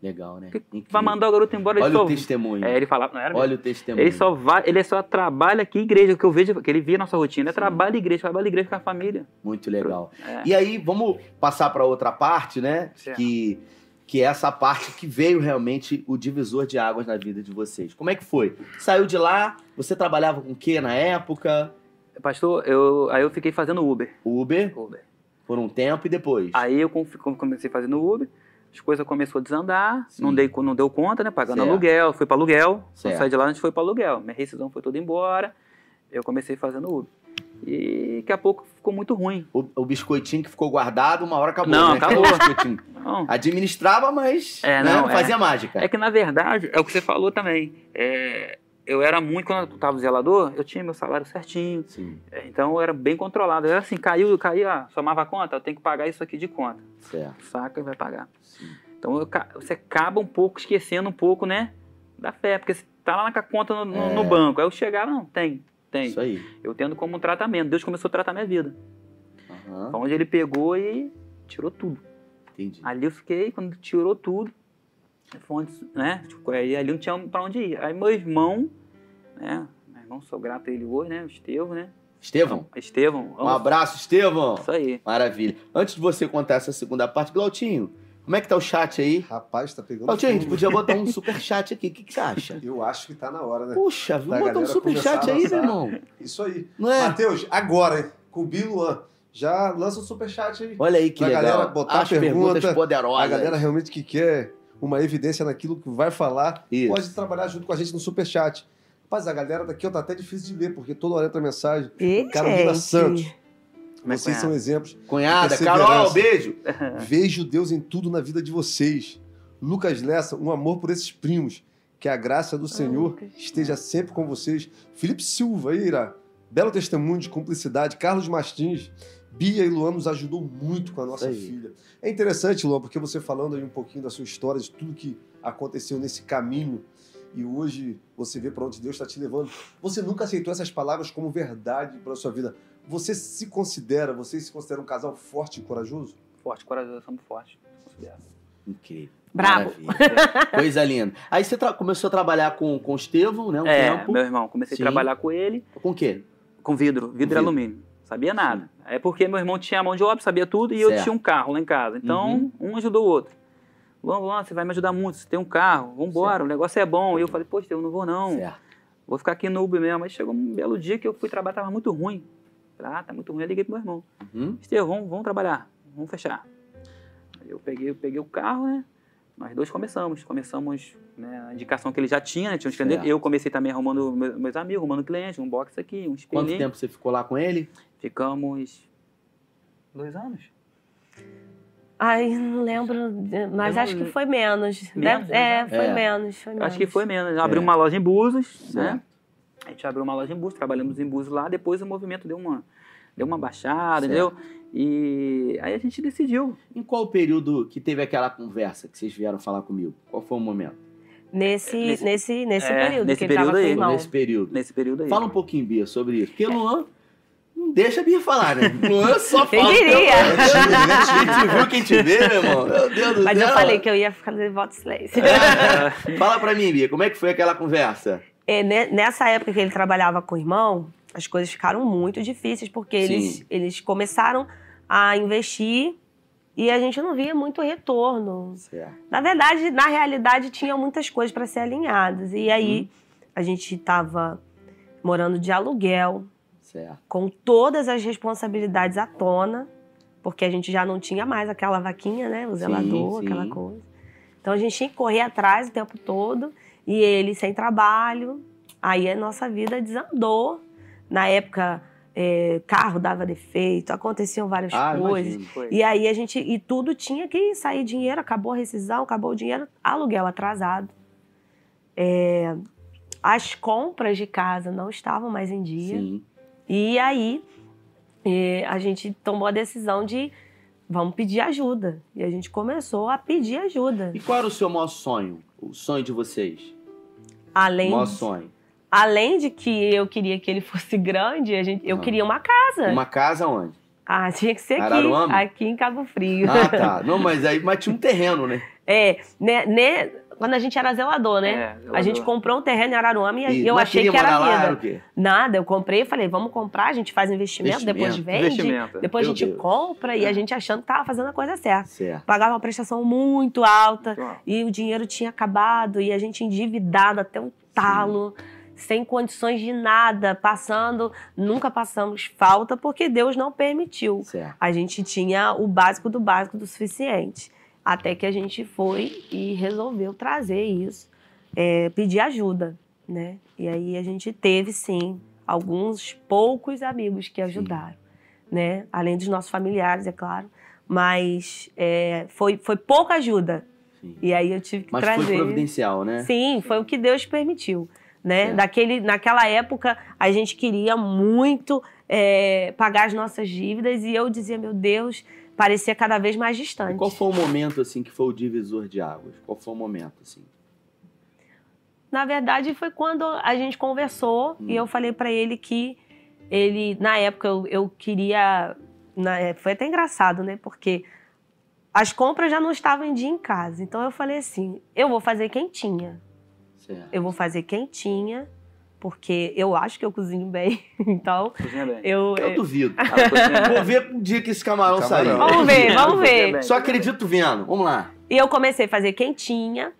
Speaker 1: Legal, né?
Speaker 3: Que-
Speaker 1: Incrível.
Speaker 3: Vai mandar o garoto embora de
Speaker 1: Olha o
Speaker 3: novo.
Speaker 1: testemunho.
Speaker 3: É, ele falava, não era mesmo.
Speaker 1: Olha o testemunho.
Speaker 3: Ele só vai, ele só trabalha aqui em igreja, o que eu vejo, que ele via nossa rotina, é
Speaker 1: Sim.
Speaker 3: trabalho e igreja, trabalho e igreja com a família.
Speaker 1: Muito legal.
Speaker 3: É.
Speaker 1: E aí, vamos passar para outra parte, né?
Speaker 3: Certo.
Speaker 1: Que, que é essa parte que veio realmente o divisor de águas na vida de vocês. Como é que foi? Saiu de lá, você trabalhava com o quê na época?
Speaker 3: Pastor, eu, aí eu fiquei fazendo Uber.
Speaker 1: Uber,
Speaker 3: Uber.
Speaker 1: por um tempo e depois.
Speaker 3: Aí eu conf- come- comecei fazendo Uber, as coisas começou a desandar,
Speaker 1: Sim.
Speaker 3: não, dei, co- não deu conta, né? Pagando
Speaker 1: Certo.
Speaker 3: aluguel, fui para aluguel. Quando
Speaker 1: Certo.
Speaker 3: saí de lá, a gente foi para aluguel. Minha rescisão foi toda embora, eu comecei fazendo Uber. E daqui a pouco ficou muito ruim.
Speaker 1: O, o biscoitinho que ficou guardado, uma hora acabou.
Speaker 3: Não,
Speaker 1: né?
Speaker 3: acabou.
Speaker 1: O biscoitinho.
Speaker 3: Não.
Speaker 1: Administrava, mas
Speaker 3: É,
Speaker 1: né,
Speaker 3: não,
Speaker 1: não
Speaker 3: é.
Speaker 1: fazia mágica.
Speaker 3: Então, É que na verdade, é o que você falou também. É, eu era muito, quando eu tava zelador, eu tinha meu salário certinho,
Speaker 1: Sim,
Speaker 3: é, então eu era bem controlado. Eu era assim, caiu, caiu, ah, somava a conta, eu tenho que pagar isso aqui de conta.
Speaker 1: certo.
Speaker 3: Saca e vai pagar.
Speaker 1: Sim.
Speaker 3: Então eu ca- você acaba um pouco esquecendo um pouco, né? Da fé, porque você tá lá com a conta no, no-
Speaker 1: É.
Speaker 3: no banco. Aí eu chegava, não, tem, tem.
Speaker 1: Isso aí.
Speaker 3: Eu tendo como um tratamento. Deus começou a tratar minha vida.
Speaker 1: Aham,
Speaker 3: Então, onde ele pegou e tirou tudo.
Speaker 1: entendi.
Speaker 3: Ali eu fiquei, quando tirou tudo, foi onde, né? Tipo, aí ali não tinha pra onde ir. Aí meu irmão, né? Meu irmão, sou grato a ele hoje, né? O Estevão, né?
Speaker 1: Estevão,
Speaker 3: Estevão,
Speaker 1: um
Speaker 3: amo-
Speaker 1: abraço, Estevão.
Speaker 3: Isso aí.
Speaker 1: Maravilha. Antes de você contar essa segunda parte, Glautinho, como é que tá o chat aí?
Speaker 4: Rapaz, tá pegando.
Speaker 1: Glautinho, a gente
Speaker 4: fogo.
Speaker 1: podia botar um superchat aqui. O que, que você acha?
Speaker 4: Eu acho que tá na hora, né?
Speaker 1: Puxa, viu?
Speaker 4: Pra
Speaker 1: Bota um
Speaker 4: galera
Speaker 1: superchat
Speaker 4: começar a
Speaker 1: aí, meu
Speaker 4: lançar.
Speaker 1: irmão.
Speaker 4: Isso aí.
Speaker 1: Não é?
Speaker 4: Matheus, agora, hein? Com o Biluan. Já lança o superchat aí.
Speaker 1: Olha aí que
Speaker 4: Pra
Speaker 1: legal.
Speaker 4: galera botar
Speaker 1: As perguntas
Speaker 4: pergunta,
Speaker 1: poderosas.
Speaker 4: A galera realmente que quer uma evidência naquilo que vai falar,
Speaker 1: Isso.
Speaker 4: pode trabalhar junto com a gente no superchat. Rapaz, a galera daqui tá até difícil de ler, porque toda hora entra mensagem.
Speaker 2: E,
Speaker 4: Carolina
Speaker 2: gente,
Speaker 4: Santos.
Speaker 3: Minha
Speaker 1: é.
Speaker 4: Vocês
Speaker 3: cunhada.
Speaker 4: são exemplos.
Speaker 1: Cunhada,
Speaker 4: Perseverança.
Speaker 1: Carol, beijo.
Speaker 4: Vejo Deus em tudo na vida de vocês. Lucas Lessa, um amor por esses primos. Que a graça do Senhor
Speaker 2: Lucas.
Speaker 4: esteja sempre com vocês. Felipe Silva, Ira, belo testemunho de cumplicidade. Carlos Martins, Bia e Luan nos ajudou muito com a nossa
Speaker 1: Isso aí.
Speaker 4: filha. É interessante, Luan, porque você falando aí um pouquinho da sua história, de tudo que aconteceu nesse caminho e hoje você vê para onde Deus está te levando. Você nunca aceitou essas palavras como verdade para sua vida. Você se considera, você se considera um casal forte e corajoso?
Speaker 3: Forte, corajoso, somos fortes.
Speaker 1: Incrível.
Speaker 3: É.
Speaker 2: Bravo.
Speaker 1: Maravilha. Coisa linda. Aí você tra- começou a trabalhar com, com o Estevão, né? Um
Speaker 3: É,
Speaker 1: tempo.
Speaker 3: meu irmão, comecei
Speaker 1: Sim.
Speaker 3: a trabalhar com ele.
Speaker 1: Com o quê?
Speaker 3: Com vidro, vidro
Speaker 1: vidro.
Speaker 3: e alumínio. Sabia nada. É porque meu irmão tinha mão de obra, sabia tudo, e
Speaker 1: Certo. Uhum.
Speaker 3: eu tinha um carro lá em casa. Então, um ajudou o outro. Luan, Luan, você vai me ajudar muito, você tem um carro, vambora, o negócio é bom. E eu falei, poxa, eu não vou não,
Speaker 1: Uhum. Certo.
Speaker 3: vou ficar aqui no Uber mesmo. Aí chegou um belo dia que eu fui trabalhar, tava muito ruim. Falei, ah, tá muito ruim, eu liguei pro meu irmão.
Speaker 1: Uhum.
Speaker 3: Estevão, vamos, vamos trabalhar, vamos fechar. Aí eu peguei, eu peguei o carro, né? Nós dois começamos. Começamos né, a indicação que ele já tinha, né? Tinha uns clientes.
Speaker 1: Certo.
Speaker 3: Eu comecei também arrumando meus meus amigos, arrumando cliente, um box aqui, um
Speaker 1: Quanto
Speaker 3: espelhinho.
Speaker 1: tempo você ficou lá com ele?
Speaker 3: Ficamos dois anos.
Speaker 2: Ai, não lembro, mas
Speaker 3: Eu não
Speaker 2: acho que
Speaker 3: lembro.
Speaker 2: foi menos.
Speaker 3: Menos,
Speaker 2: Deve- é,
Speaker 3: né?
Speaker 2: foi
Speaker 1: É.
Speaker 2: menos, foi menos.
Speaker 3: Acho que foi menos.
Speaker 2: É.
Speaker 3: Abriu uma loja em Búzios, né?
Speaker 1: Certo.
Speaker 3: A gente abriu uma loja em Búzios, trabalhamos em Búzios lá. Depois o movimento deu uma, deu uma
Speaker 1: Certo.
Speaker 3: baixada, entendeu? E aí a gente decidiu.
Speaker 1: Em qual período que teve aquela conversa que vocês vieram falar comigo? Qual foi o momento?
Speaker 2: Nesse,
Speaker 3: Nesse-
Speaker 2: nesse, nesse,
Speaker 3: é,
Speaker 2: período
Speaker 3: nesse
Speaker 2: que ele tava
Speaker 3: período aí,
Speaker 2: com o irmão.
Speaker 1: Nesse período.
Speaker 3: Nesse período aí.
Speaker 1: Fala um pouquinho, Bia, sobre isso. Porque
Speaker 2: É.
Speaker 1: Luan não deixa a Bia falar, né? Luan só
Speaker 2: Quem
Speaker 1: fala. é um
Speaker 2: diria?
Speaker 1: A gente viu quem te vê, meu irmão. Meu Deus do
Speaker 2: Mas
Speaker 1: céu.
Speaker 2: eu falei que eu ia ficar de voto de silêncio.
Speaker 3: É.
Speaker 1: Ah, Fala pra mim, Bia, como é que foi aquela conversa?
Speaker 2: É, ne- nessa época que ele trabalhava com o irmão, as coisas ficaram muito difíceis, porque
Speaker 1: Sim.
Speaker 2: eles, eles começaram a investir e a gente não via muito retorno.
Speaker 1: Certo.
Speaker 2: Na verdade, na realidade, tinha muitas coisas para ser alinhadas. E aí,
Speaker 3: Uhum.
Speaker 2: a gente estava morando de aluguel,
Speaker 1: Certo.
Speaker 2: com todas as responsabilidades à tona, porque a gente já não tinha mais aquela vaquinha, né? O zelador,
Speaker 1: sim.
Speaker 2: aquela coisa. Então a gente tinha que correr atrás o tempo todo e ele sem trabalho. Aí a nossa vida desandou. Na época, eh, carro dava defeito, aconteciam várias
Speaker 1: Ah,
Speaker 2: coisas.
Speaker 1: imagino.
Speaker 3: Foi.
Speaker 2: E aí a gente. E tudo tinha que sair dinheiro, acabou a rescisão, acabou o dinheiro, aluguel atrasado. É, as compras de casa não estavam mais em dia.
Speaker 1: Sim.
Speaker 2: E aí eh, a gente tomou a decisão de vamos pedir ajuda. E a gente começou a pedir ajuda.
Speaker 1: E qual era o seu maior sonho? O sonho de vocês?
Speaker 2: Além,
Speaker 1: maior sonho.
Speaker 2: além de que eu queria que ele fosse grande, a gente, eu
Speaker 1: Ah.
Speaker 2: queria uma casa.
Speaker 1: Uma casa onde?
Speaker 2: Ah, tinha que ser aqui,
Speaker 1: Araruama?
Speaker 2: aqui em Cabo Frio.
Speaker 1: Ah, tá. Não, mas aí mas tinha um terreno, né?
Speaker 2: É, né, né- quando a gente era zelador, né?
Speaker 3: É,
Speaker 2: A gente
Speaker 3: zelador.
Speaker 2: comprou um terreno em Araruama e,
Speaker 1: E
Speaker 2: eu
Speaker 1: não
Speaker 2: achei
Speaker 1: queria
Speaker 2: que
Speaker 1: morar
Speaker 2: era
Speaker 1: lá, era
Speaker 2: vida.
Speaker 1: o quê?
Speaker 2: Nada, eu comprei e falei, vamos comprar, a gente faz investimento, depois
Speaker 1: Investimento,
Speaker 2: vende,
Speaker 3: Investimento.
Speaker 2: depois
Speaker 1: Meu
Speaker 2: a gente
Speaker 1: Deus.
Speaker 2: compra e
Speaker 1: É.
Speaker 2: a gente achando que tava fazendo a coisa certa.
Speaker 1: Certo.
Speaker 2: pagava uma prestação muito alta
Speaker 3: Então,
Speaker 2: e o dinheiro tinha acabado e a gente endividado até um talo, sem condições de nada, passando, nunca passamos falta porque Deus não permitiu.
Speaker 1: Certo.
Speaker 2: A gente tinha o básico do básico do suficiente. Até que a gente foi e resolveu trazer isso, é, pedir ajuda, né? E aí a gente teve, sim, alguns poucos amigos que ajudaram, né? Além dos nossos familiares, é claro. Mas é, foi, foi pouca ajuda.
Speaker 1: Sim.
Speaker 2: E aí eu tive que
Speaker 1: Mas
Speaker 2: trazer.
Speaker 1: foi providencial, né?
Speaker 2: Sim, foi o que Deus permitiu. Né?
Speaker 1: É.
Speaker 2: Daquele, naquela época, a gente queria muito é, pagar as nossas dívidas e eu dizia, meu Deus, parecia cada vez mais
Speaker 1: E
Speaker 2: distante.
Speaker 1: qual foi o momento, assim, que foi o divisor de águas? Qual foi o momento, assim?
Speaker 2: Na verdade, foi quando a gente conversou
Speaker 1: Hum.
Speaker 2: e eu falei pra ele que ele, na época, eu, eu queria. na é- foi até engraçado, né? Porque as compras já não estavam em dia em casa. Então eu falei assim: eu vou fazer quentinha.
Speaker 1: Certo.
Speaker 2: Eu vou fazer quentinha, porque eu acho que eu cozinho bem. Então,
Speaker 3: Cozinha bem.
Speaker 2: eu. Ah.
Speaker 1: Eu duvido.
Speaker 3: Ela cozinha bem.
Speaker 1: Vou ver um dia que esse camarão,
Speaker 4: Camarão.
Speaker 1: sair.
Speaker 2: Vamos ver, vamos
Speaker 3: Cozinha
Speaker 2: ver.
Speaker 3: bem,
Speaker 1: Só
Speaker 3: cozinha bem.
Speaker 1: acredito vendo. Vamos lá.
Speaker 2: E eu comecei a fazer quentinha.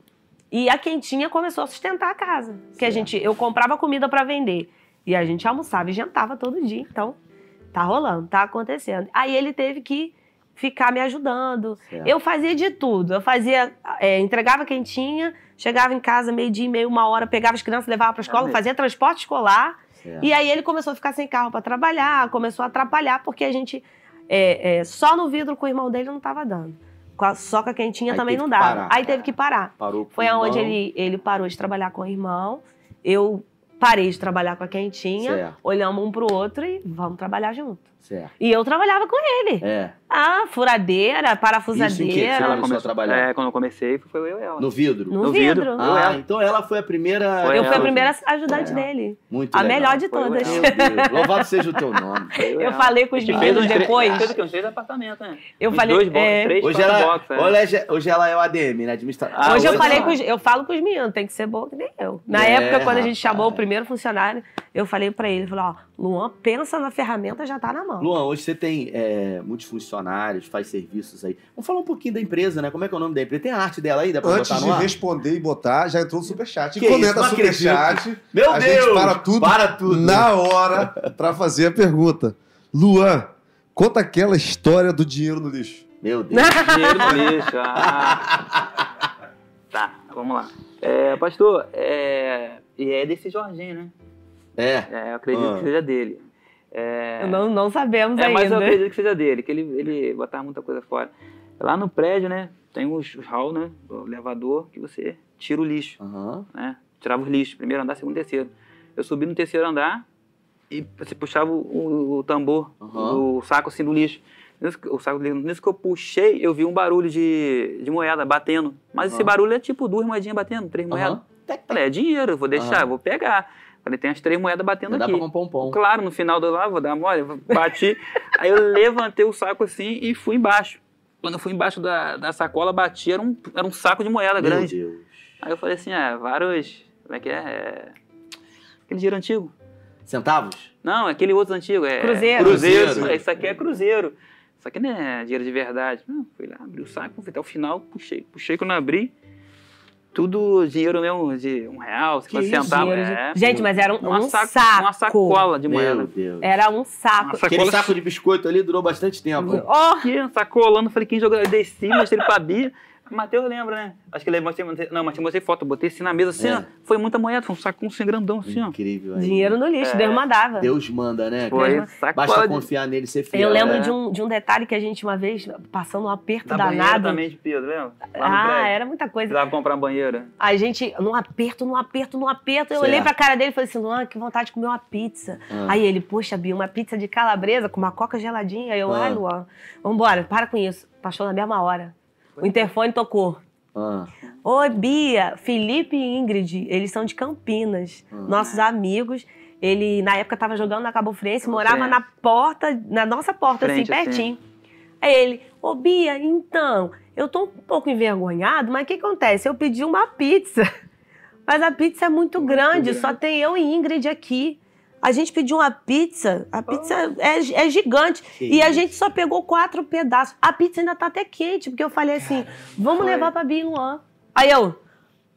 Speaker 2: E a quentinha começou a sustentar a casa. Porque a
Speaker 1: Certo.
Speaker 2: gente, eu comprava comida pra vender. E a gente almoçava e jantava todo dia. Então, tá rolando, tá acontecendo. Aí ele teve que ficar me ajudando.
Speaker 1: Certo.
Speaker 2: Eu fazia de tudo. Eu fazia, é, entregava quentinha, chegava em casa meio-dia e meia, uma hora, pegava as crianças, levava pra escola,
Speaker 3: mesmo?
Speaker 2: fazia transporte escolar.
Speaker 1: Certo.
Speaker 2: E aí ele começou a ficar sem carro para trabalhar, começou a atrapalhar, porque a gente é, é, só no vidro com o irmão dele não estava dando. Com a- só com a quentinha
Speaker 1: Aí
Speaker 2: também
Speaker 1: teve
Speaker 2: não
Speaker 1: que
Speaker 2: dava.
Speaker 1: parar.
Speaker 2: aí teve que parar.
Speaker 1: Parou com
Speaker 2: Foi
Speaker 1: o
Speaker 2: aonde
Speaker 1: irmão.
Speaker 2: ele, ele parou de trabalhar com o irmão. Eu parei de trabalhar com a quentinha,
Speaker 1: Certo,
Speaker 2: olhamos um pro outro e vamos trabalhar junto.
Speaker 1: certo.
Speaker 2: E eu trabalhava com ele.
Speaker 1: É.
Speaker 2: Ah,
Speaker 1: Isso
Speaker 2: furadeira,
Speaker 1: em que que você
Speaker 2: parafusadeira.
Speaker 1: Começou a trabalhar.
Speaker 3: É, quando eu comecei, foi eu e ela.
Speaker 1: No vidro.
Speaker 2: No
Speaker 3: No
Speaker 2: vidro.
Speaker 3: vidro.
Speaker 1: Ah,
Speaker 3: Eu era.
Speaker 1: então ela foi a primeira.
Speaker 3: Foi
Speaker 2: Eu fui a
Speaker 3: ela,
Speaker 2: primeira ajudante
Speaker 1: É.
Speaker 2: dele.
Speaker 1: Muito
Speaker 2: A
Speaker 1: legal.
Speaker 2: melhor de
Speaker 3: Foi
Speaker 2: todas.
Speaker 1: Meu Deus. Louvado seja o teu nome.
Speaker 3: Foi e
Speaker 2: Eu
Speaker 3: ela.
Speaker 2: falei com
Speaker 3: A
Speaker 2: os
Speaker 3: gente fez
Speaker 2: meninos
Speaker 3: uns três-
Speaker 2: depois.
Speaker 3: Fez o quê? Uns três apartamentos, né?
Speaker 2: Eu
Speaker 3: Uns
Speaker 2: falei.
Speaker 3: dois bo-
Speaker 2: é,
Speaker 3: três,
Speaker 1: Hoje
Speaker 3: quatro
Speaker 1: ela,
Speaker 3: boxes, né?
Speaker 1: hoje, ela é, hoje ela é o ADM, né? Administradora.
Speaker 3: Ah,
Speaker 2: hoje eu
Speaker 3: hoje
Speaker 2: falei
Speaker 3: não.
Speaker 2: com os, eu falo com os meninos, tem que ser bom que nem eu. Na
Speaker 1: É,
Speaker 2: época, quando a
Speaker 1: rapaz.
Speaker 2: gente chamou o primeiro funcionário, eu falei pra ele, falei, ó, Luan, pensa na ferramenta, já tá na mão.
Speaker 1: Luan, hoje você tem é, muitos funcionários, faz serviços aí. Vamos falar um pouquinho da empresa, né? Como é que é o nome da empresa? Tem a arte dela aí, dá É pra
Speaker 4: Antes
Speaker 1: botar
Speaker 4: de
Speaker 1: no ar?
Speaker 4: responder e botar, já entrou no superchat.
Speaker 1: Que
Speaker 4: E
Speaker 1: isso,
Speaker 4: comenta
Speaker 1: não
Speaker 4: superchat
Speaker 1: Meu
Speaker 4: A gente
Speaker 1: Deus!
Speaker 4: para tudo
Speaker 1: Para tudo.
Speaker 4: na hora pra fazer a pergunta. Luan, conta aquela história do dinheiro no lixo.
Speaker 1: Meu
Speaker 2: Né?
Speaker 1: Deus.
Speaker 3: Dinheiro no lixo. ah. Tá, vamos lá. É, pastor, é, e é desse Jorginho, né?
Speaker 1: É.
Speaker 3: É, eu acredito
Speaker 1: Ah.
Speaker 3: que seja dele. É,
Speaker 2: Não, não sabemos
Speaker 3: é, mas eu
Speaker 2: ainda.
Speaker 3: acredito que seja dele, que ele, ele botava muita coisa fora. Lá no prédio, né, tem os os hall, né, o elevador, que você tira o lixo,
Speaker 1: Aham.
Speaker 3: né? Tirava os lixos, primeiro andar, segundo, terceiro. Eu subi no terceiro andar e você puxava o, o- o tambor,
Speaker 1: Aham.
Speaker 3: o saco assim do lixo. Nisso que- o saco do lixo. Nisso que eu puxei, eu vi um barulho de, de moeda batendo. Mas esse
Speaker 1: Aham.
Speaker 3: barulho é tipo duas moedinhas batendo, três moedas.
Speaker 1: Aham. Tec, tec.
Speaker 3: Falei, é dinheiro, eu vou deixar,
Speaker 1: Aham.
Speaker 3: eu vou pegar. Falei, tem as três moedas batendo
Speaker 1: Dá
Speaker 3: aqui.
Speaker 1: pra comprar um pão.
Speaker 3: Claro, no final do lá, vou dar uma olha, bati. aí eu levantei o saco assim e fui embaixo. Quando eu fui embaixo da, da sacola, bati, era um, era um saco de moeda
Speaker 1: Meu
Speaker 3: grande.
Speaker 1: Deus.
Speaker 3: Aí eu falei assim, é, vários. Como é que é? É, Aquele dinheiro antigo.
Speaker 1: Centavos?
Speaker 3: Não, aquele outro antigo. É,
Speaker 2: Cruzeiro.
Speaker 1: Cruzeiro.
Speaker 3: Cruzeiro. Isso aqui é cruzeiro. Isso aqui não é dinheiro de verdade. Não, fui lá, abri o saco, fui até o final, puxei. Puxei quando abri. Tudo dinheiro mesmo de um real,
Speaker 1: Que isso,
Speaker 3: 50 centavos.
Speaker 2: Dinheiro de-
Speaker 3: É,
Speaker 2: Gente, mas era um,
Speaker 3: uma,
Speaker 2: um
Speaker 3: saco-
Speaker 2: saco.
Speaker 3: uma sacola de moeda.
Speaker 1: Meu Deus.
Speaker 2: Era um saco.
Speaker 3: Uma
Speaker 1: Aquele
Speaker 3: sacola
Speaker 1: saco de biscoito ali durou bastante tempo.
Speaker 2: Ó,
Speaker 3: aqui, sacolando, falei, quem jogou? Eu desci, mostrei pra Bia. Matheus lembra, né? Acho que ele mostrei. Não, mas eu mostrei foto, botei assim na mesa, assim,
Speaker 1: É.
Speaker 3: ó. Foi muita moeda, foi um saco assim grandão, assim, ó.
Speaker 1: Incrível. Aí.
Speaker 2: Dinheiro no lixo,
Speaker 3: É.
Speaker 2: Deus mandava.
Speaker 1: Deus manda, né? cara?
Speaker 3: Foi
Speaker 2: Deus,
Speaker 3: saco
Speaker 1: Basta confiar nele e ser fiel.
Speaker 2: Eu lembro
Speaker 1: né?
Speaker 2: de, um, de um detalhe que a gente, uma vez, passando um aperto
Speaker 3: da banheira
Speaker 2: danado.
Speaker 3: também de Pedro, lembra? Lá no
Speaker 2: Ah,
Speaker 3: prédio.
Speaker 2: era muita coisa.
Speaker 3: Precisava comprar uma banheira.
Speaker 2: A gente, num aperto, num aperto, num aperto. Eu
Speaker 1: Certo.
Speaker 2: olhei pra cara dele e falei assim, Luan, que vontade de comer uma pizza.
Speaker 1: Ah.
Speaker 2: Aí ele, poxa, Bia, uma pizza de calabresa com uma coca geladinha. Aí eu,
Speaker 1: Ah.
Speaker 2: ai, Luan, vambora, para com isso. Passou na mesma hora. O interfone tocou.
Speaker 1: Ah,
Speaker 2: Oi, Bia, Felipe e Ingrid, eles são de Campinas,
Speaker 1: Ah.
Speaker 2: nossos amigos. Ele, na época, tava jogando na Cabo Frense, morava
Speaker 3: Frense.
Speaker 2: na porta, na nossa porta,
Speaker 3: Frente,
Speaker 2: assim,
Speaker 3: assim.
Speaker 2: pertinho. Aí ele, ô Bia, então, eu tô um pouco envergonhado, mas o que acontece? Eu pedi uma pizza, mas a pizza é muito,
Speaker 3: Muito
Speaker 2: grande,
Speaker 3: grande.
Speaker 2: só tem eu e Ingrid aqui. A gente pediu uma pizza, a pizza é, é gigante.
Speaker 1: que
Speaker 2: E a
Speaker 1: isso.
Speaker 2: gente só pegou quatro pedaços. A pizza ainda tá até quente, porque eu falei assim: vamos
Speaker 3: foi.
Speaker 2: levar pra Bia e Luan. Aí eu,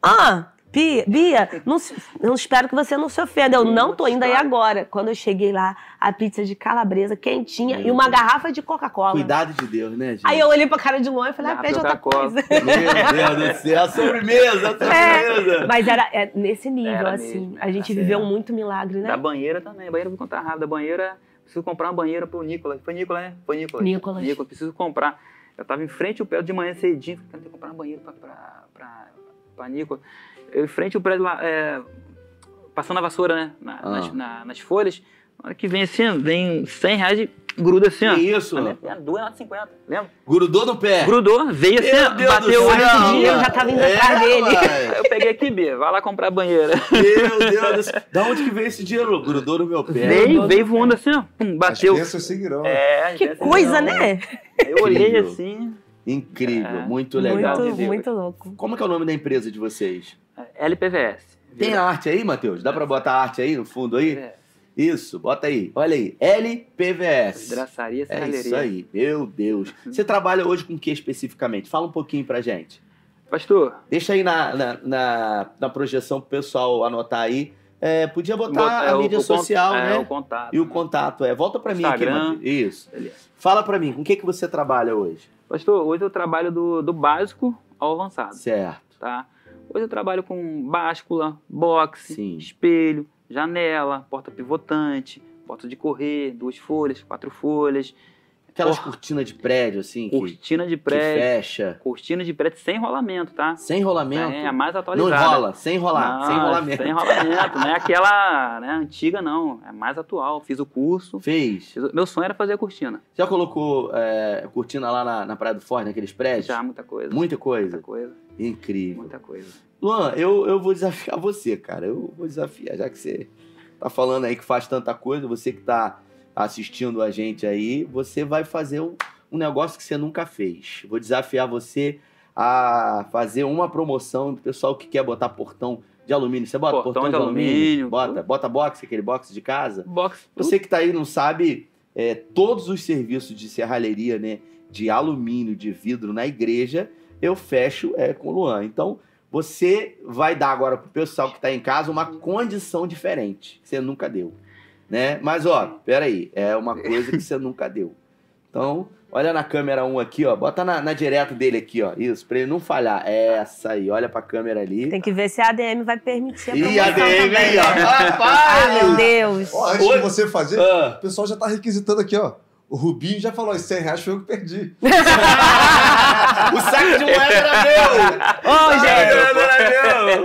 Speaker 2: ah, Bia, Bia não, se- não espero que você não se ofenda. Eu não tô indo aí agora. Quando eu cheguei lá, a pizza de calabresa quentinha
Speaker 1: Meu
Speaker 2: e uma
Speaker 1: Deus.
Speaker 2: garrafa de Coca-Cola.
Speaker 1: Cuidado de Deus, né, gente?
Speaker 2: Aí eu olhei pra cara de Luan e falei: ah,
Speaker 3: Garrafa
Speaker 2: pede
Speaker 3: de
Speaker 2: outra
Speaker 3: Coca-Cola.
Speaker 2: coisa.
Speaker 1: Meu Deus do céu, a sobremesa, a sobremesa.
Speaker 2: Mas era é, nesse nível,
Speaker 3: Era
Speaker 2: assim.
Speaker 3: mesmo,
Speaker 2: a gente
Speaker 3: tá
Speaker 2: viveu
Speaker 3: certo.
Speaker 2: muito milagre, né?
Speaker 3: Da banheira também. Banheira, eu vou contar rápido. Da banheira, preciso comprar uma banheira pro Nicolas. Foi Nicolas, né? Foi Nicolas.
Speaker 2: Nicolas.
Speaker 3: Nicolas, preciso comprar. Eu tava em frente ao prédio de manhã cedinho. Falei, cara, tem que comprar uma banheira pra, pra, pra, pra Nicolas. Eu em frente ao prédio lá, é, passando a vassoura, né? na-
Speaker 1: Ah.
Speaker 3: nas, na- nas folhas. Na hora que vem assim, vem 100 reais e gruda assim, ó.
Speaker 1: Que isso?
Speaker 3: Na minha perna, Duas notas e 50, lembra?
Speaker 1: Grudou no pé.
Speaker 3: Grudou, veio assim,
Speaker 1: Meu
Speaker 3: ó,
Speaker 1: Deus do
Speaker 3: bateu
Speaker 1: céu, É,
Speaker 3: o olho
Speaker 2: olho
Speaker 1: mano.
Speaker 2: no dia, eu já tava indo atrás dele.
Speaker 1: mano.
Speaker 3: Aí eu peguei aqui, Bia, vai lá comprar a banheira.
Speaker 1: Meu Deus do céu. Da onde que veio esse dinheiro? Grudou no meu pé.
Speaker 3: Veio, veio voando assim, ó, pum,
Speaker 4: As
Speaker 3: bateu.
Speaker 4: crianças seguirão. né?
Speaker 3: É,
Speaker 2: Que
Speaker 3: gente,
Speaker 2: coisa,
Speaker 3: não.
Speaker 2: né?
Speaker 3: Aí Eu olhei
Speaker 1: Incrível.
Speaker 3: assim,
Speaker 1: Incrível,
Speaker 3: É.
Speaker 1: muito legal.
Speaker 2: muito,
Speaker 3: entendeu?
Speaker 2: muito louco.
Speaker 1: Como que é o nome da empresa de vocês?
Speaker 3: LPVS.
Speaker 1: Tem a arte aí, Matheus? Dá pra botar a arte aí no fundo aí?
Speaker 3: É,
Speaker 1: Isso, bota aí. Olha aí, LPVS.
Speaker 3: Vidraçaria,
Speaker 1: É
Speaker 3: serralheria.
Speaker 1: isso aí, meu Deus. Você trabalha hoje com o que especificamente? Fala um pouquinho pra gente.
Speaker 3: Pastor,
Speaker 1: Deixa aí na, na, na, na projeção pro pessoal anotar aí. É, podia botar
Speaker 3: bota- é
Speaker 1: a
Speaker 3: o-
Speaker 1: mídia
Speaker 3: o con-
Speaker 1: social,
Speaker 3: é,
Speaker 1: né?
Speaker 3: o contato.
Speaker 1: E o
Speaker 3: né?
Speaker 1: contato é. Volta pra mim
Speaker 3: Instagram.
Speaker 1: aqui, Matheus. Isso.
Speaker 3: Beleza.
Speaker 1: Fala pra mim, com o que, que você trabalha hoje?
Speaker 3: Pastor, hoje eu trabalho do, do básico ao avançado,
Speaker 1: Certo.
Speaker 3: tá? Hoje eu trabalho com báscula, boxe,
Speaker 1: Sim.
Speaker 3: espelho, janela, porta pivotante, porta de correr, duas folhas, quatro folhas,
Speaker 1: Aquelas
Speaker 3: Oh.
Speaker 1: cortinas de prédio, assim, que, que
Speaker 3: cortina de prédio,
Speaker 1: fecha.
Speaker 3: cortina de prédio sem rolamento, tá?
Speaker 1: Sem rolamento.
Speaker 3: É, a mais
Speaker 1: não
Speaker 3: atualizada.
Speaker 1: enrola, sem enrolar,
Speaker 3: Não,
Speaker 1: sem rolamento.
Speaker 3: Sem rolamento, não é aquela né, antiga, não. É mais atual. Fiz o curso.
Speaker 1: Fez.
Speaker 3: fiz o- Meu sonho era fazer a cortina.
Speaker 1: Já colocou é, cortina lá na, na Praia do Forte, naqueles prédios?
Speaker 3: Já, muita coisa.
Speaker 1: É, Muita coisa.
Speaker 3: Muita coisa.
Speaker 1: Incrível.
Speaker 3: Muita coisa.
Speaker 1: Luan, eu, eu vou desafiar você, cara. Eu vou desafiar, já que você tá falando aí que faz tanta coisa, você que tá assistindo a gente aí, você vai fazer um, um negócio que você nunca fez. Vou desafiar você a fazer uma promoção pro pessoal que quer botar portão de alumínio. Você bota portão,
Speaker 3: Portão
Speaker 1: de
Speaker 3: de
Speaker 1: alumínio?
Speaker 3: alumínio,
Speaker 1: bota,
Speaker 3: tudo.
Speaker 1: bota box, aquele box de casa.
Speaker 3: Box.
Speaker 1: Você que tá aí não sabe, é, todos os serviços de serralheria, né? De alumínio, de vidro na igreja, eu fecho é, com o Luan. Então, você vai dar agora pro pessoal que tá em casa uma condição diferente, que você nunca deu. Né? Mas, ó, peraí, é uma coisa que você nunca deu. Então, olha na câmera 1 aqui, ó. Bota na, na direta dele aqui, ó. Isso, pra ele não falhar. É essa aí, olha pra câmera ali.
Speaker 2: Tem que ver se a ADM vai permitir a
Speaker 1: E
Speaker 2: promoção
Speaker 1: a DM aí,
Speaker 2: também. né?
Speaker 1: ó.
Speaker 2: Ah, meu
Speaker 1: Rapaz!
Speaker 2: Deus.
Speaker 4: Ó, antes
Speaker 1: Oi.
Speaker 4: de você fazer,
Speaker 1: Ah.
Speaker 4: o pessoal já tá requisitando aqui, ó. O Rubinho já falou, os 100 reais foi eu que perdi.
Speaker 1: o saco de moeda era meu!
Speaker 2: Ô, gente.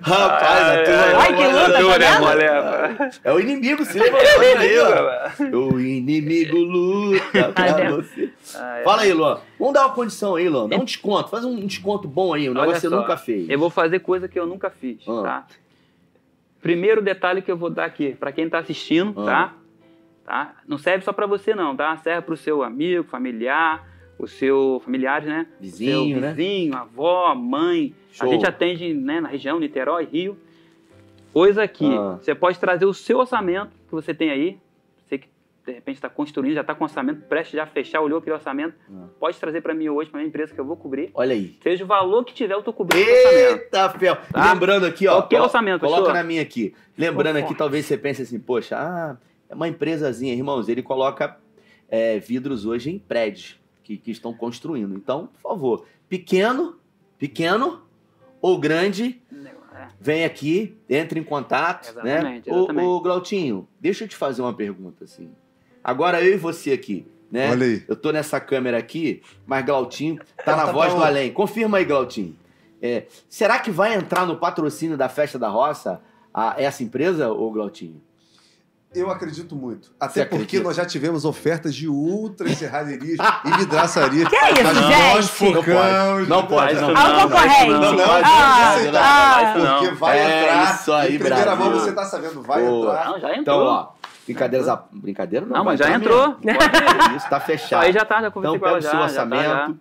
Speaker 1: Rapaz, a turma
Speaker 2: Ai, que luta, tá
Speaker 3: né,
Speaker 2: vendo?
Speaker 1: É o inimigo se levantando aí, ó. É O inimigo luta pra você. Fala aí, Luan. Vamos dar uma condição aí, Luan. Dá um desconto. Faz um desconto bom aí, um
Speaker 3: Olha
Speaker 1: negócio que você
Speaker 3: só.
Speaker 1: nunca fez.
Speaker 3: Eu vou fazer coisa que eu nunca fiz,
Speaker 1: Ah.
Speaker 3: tá? Primeiro detalhe que eu vou dar aqui, pra quem tá assistindo,
Speaker 1: Ah.
Speaker 3: tá? tá? Não serve só pra você não, tá? Serve pro seu amigo, familiar, o seu familiar, né?
Speaker 1: Vizinho,
Speaker 3: seu
Speaker 1: né?
Speaker 3: vizinho, avó, mãe.
Speaker 1: Show.
Speaker 3: A gente atende né, na região, Niterói, Rio. Coisa aqui,
Speaker 1: Ah.
Speaker 3: você pode trazer o seu orçamento que você tem aí. Você que de repente está construindo, já está com orçamento, prestes já a fechar, olhou aquele orçamento.
Speaker 1: Ah.
Speaker 3: Pode trazer para mim hoje, para minha empresa que eu vou cobrir.
Speaker 1: Olha aí.
Speaker 3: Seja o valor que tiver, eu tô cobrindo o orçamento.
Speaker 1: Eita, Fel.
Speaker 3: Tá?
Speaker 1: Lembrando aqui, ó.
Speaker 3: Qualquer
Speaker 1: colo-
Speaker 3: orçamento,
Speaker 1: Coloca
Speaker 3: pastor.
Speaker 1: na minha aqui. Lembrando aqui,
Speaker 3: forte.
Speaker 1: talvez você pense assim, poxa, ah, é uma empresazinha, irmãos. Ele coloca é, vidros hoje em prédios que, que estão construindo. Então, por favor, pequeno, pequeno ou grande, vem aqui, entra em contato,
Speaker 3: Exatamente,
Speaker 1: né?
Speaker 3: exatamente.
Speaker 1: Ô, ô, Glautinho, deixa eu te fazer uma pergunta, assim. Agora eu e você aqui, né?
Speaker 4: Olha aí.
Speaker 1: Eu tô nessa câmera aqui, mas Glautinho tá
Speaker 4: Ela
Speaker 1: na
Speaker 4: tá
Speaker 1: voz
Speaker 4: pra
Speaker 1: do
Speaker 4: onde?
Speaker 1: além. Confirma aí, Glautinho. É, será que vai entrar no patrocínio da Festa da Roça a- essa empresa, ô Glautinho?
Speaker 4: Eu acredito muito. Até
Speaker 1: Você
Speaker 4: porque
Speaker 1: acredita?
Speaker 4: nós já tivemos ofertas de outras serralherias e vidraçarias.
Speaker 2: Que isso,
Speaker 4: mas nós
Speaker 2: gente?
Speaker 4: focamos.
Speaker 1: Não pode, não pode.
Speaker 2: Ah, o
Speaker 1: Não,
Speaker 3: concorrente.
Speaker 1: não, não, não,
Speaker 4: Não,
Speaker 3: tá.
Speaker 2: Ah,
Speaker 1: não, não,
Speaker 2: ah.
Speaker 1: não.
Speaker 4: Porque vai
Speaker 1: É
Speaker 4: entrar.
Speaker 1: isso aí,
Speaker 4: em primeira
Speaker 1: Brasil.
Speaker 4: mão você tá sabendo, vai
Speaker 1: Boa.
Speaker 4: entrar.
Speaker 3: Não, já entrou.
Speaker 1: Então, ó, brincadeiras a... Brincadeira não.
Speaker 3: não, mas
Speaker 1: vai
Speaker 3: já
Speaker 1: entrar
Speaker 3: entrou. Pode ir.
Speaker 1: mesmo. Isso tá fechado.
Speaker 3: Aí já tá, já conversei
Speaker 1: então
Speaker 3: com
Speaker 1: pega
Speaker 3: ela
Speaker 1: o
Speaker 3: já.
Speaker 1: seu
Speaker 3: já tá, já.
Speaker 1: orçamento,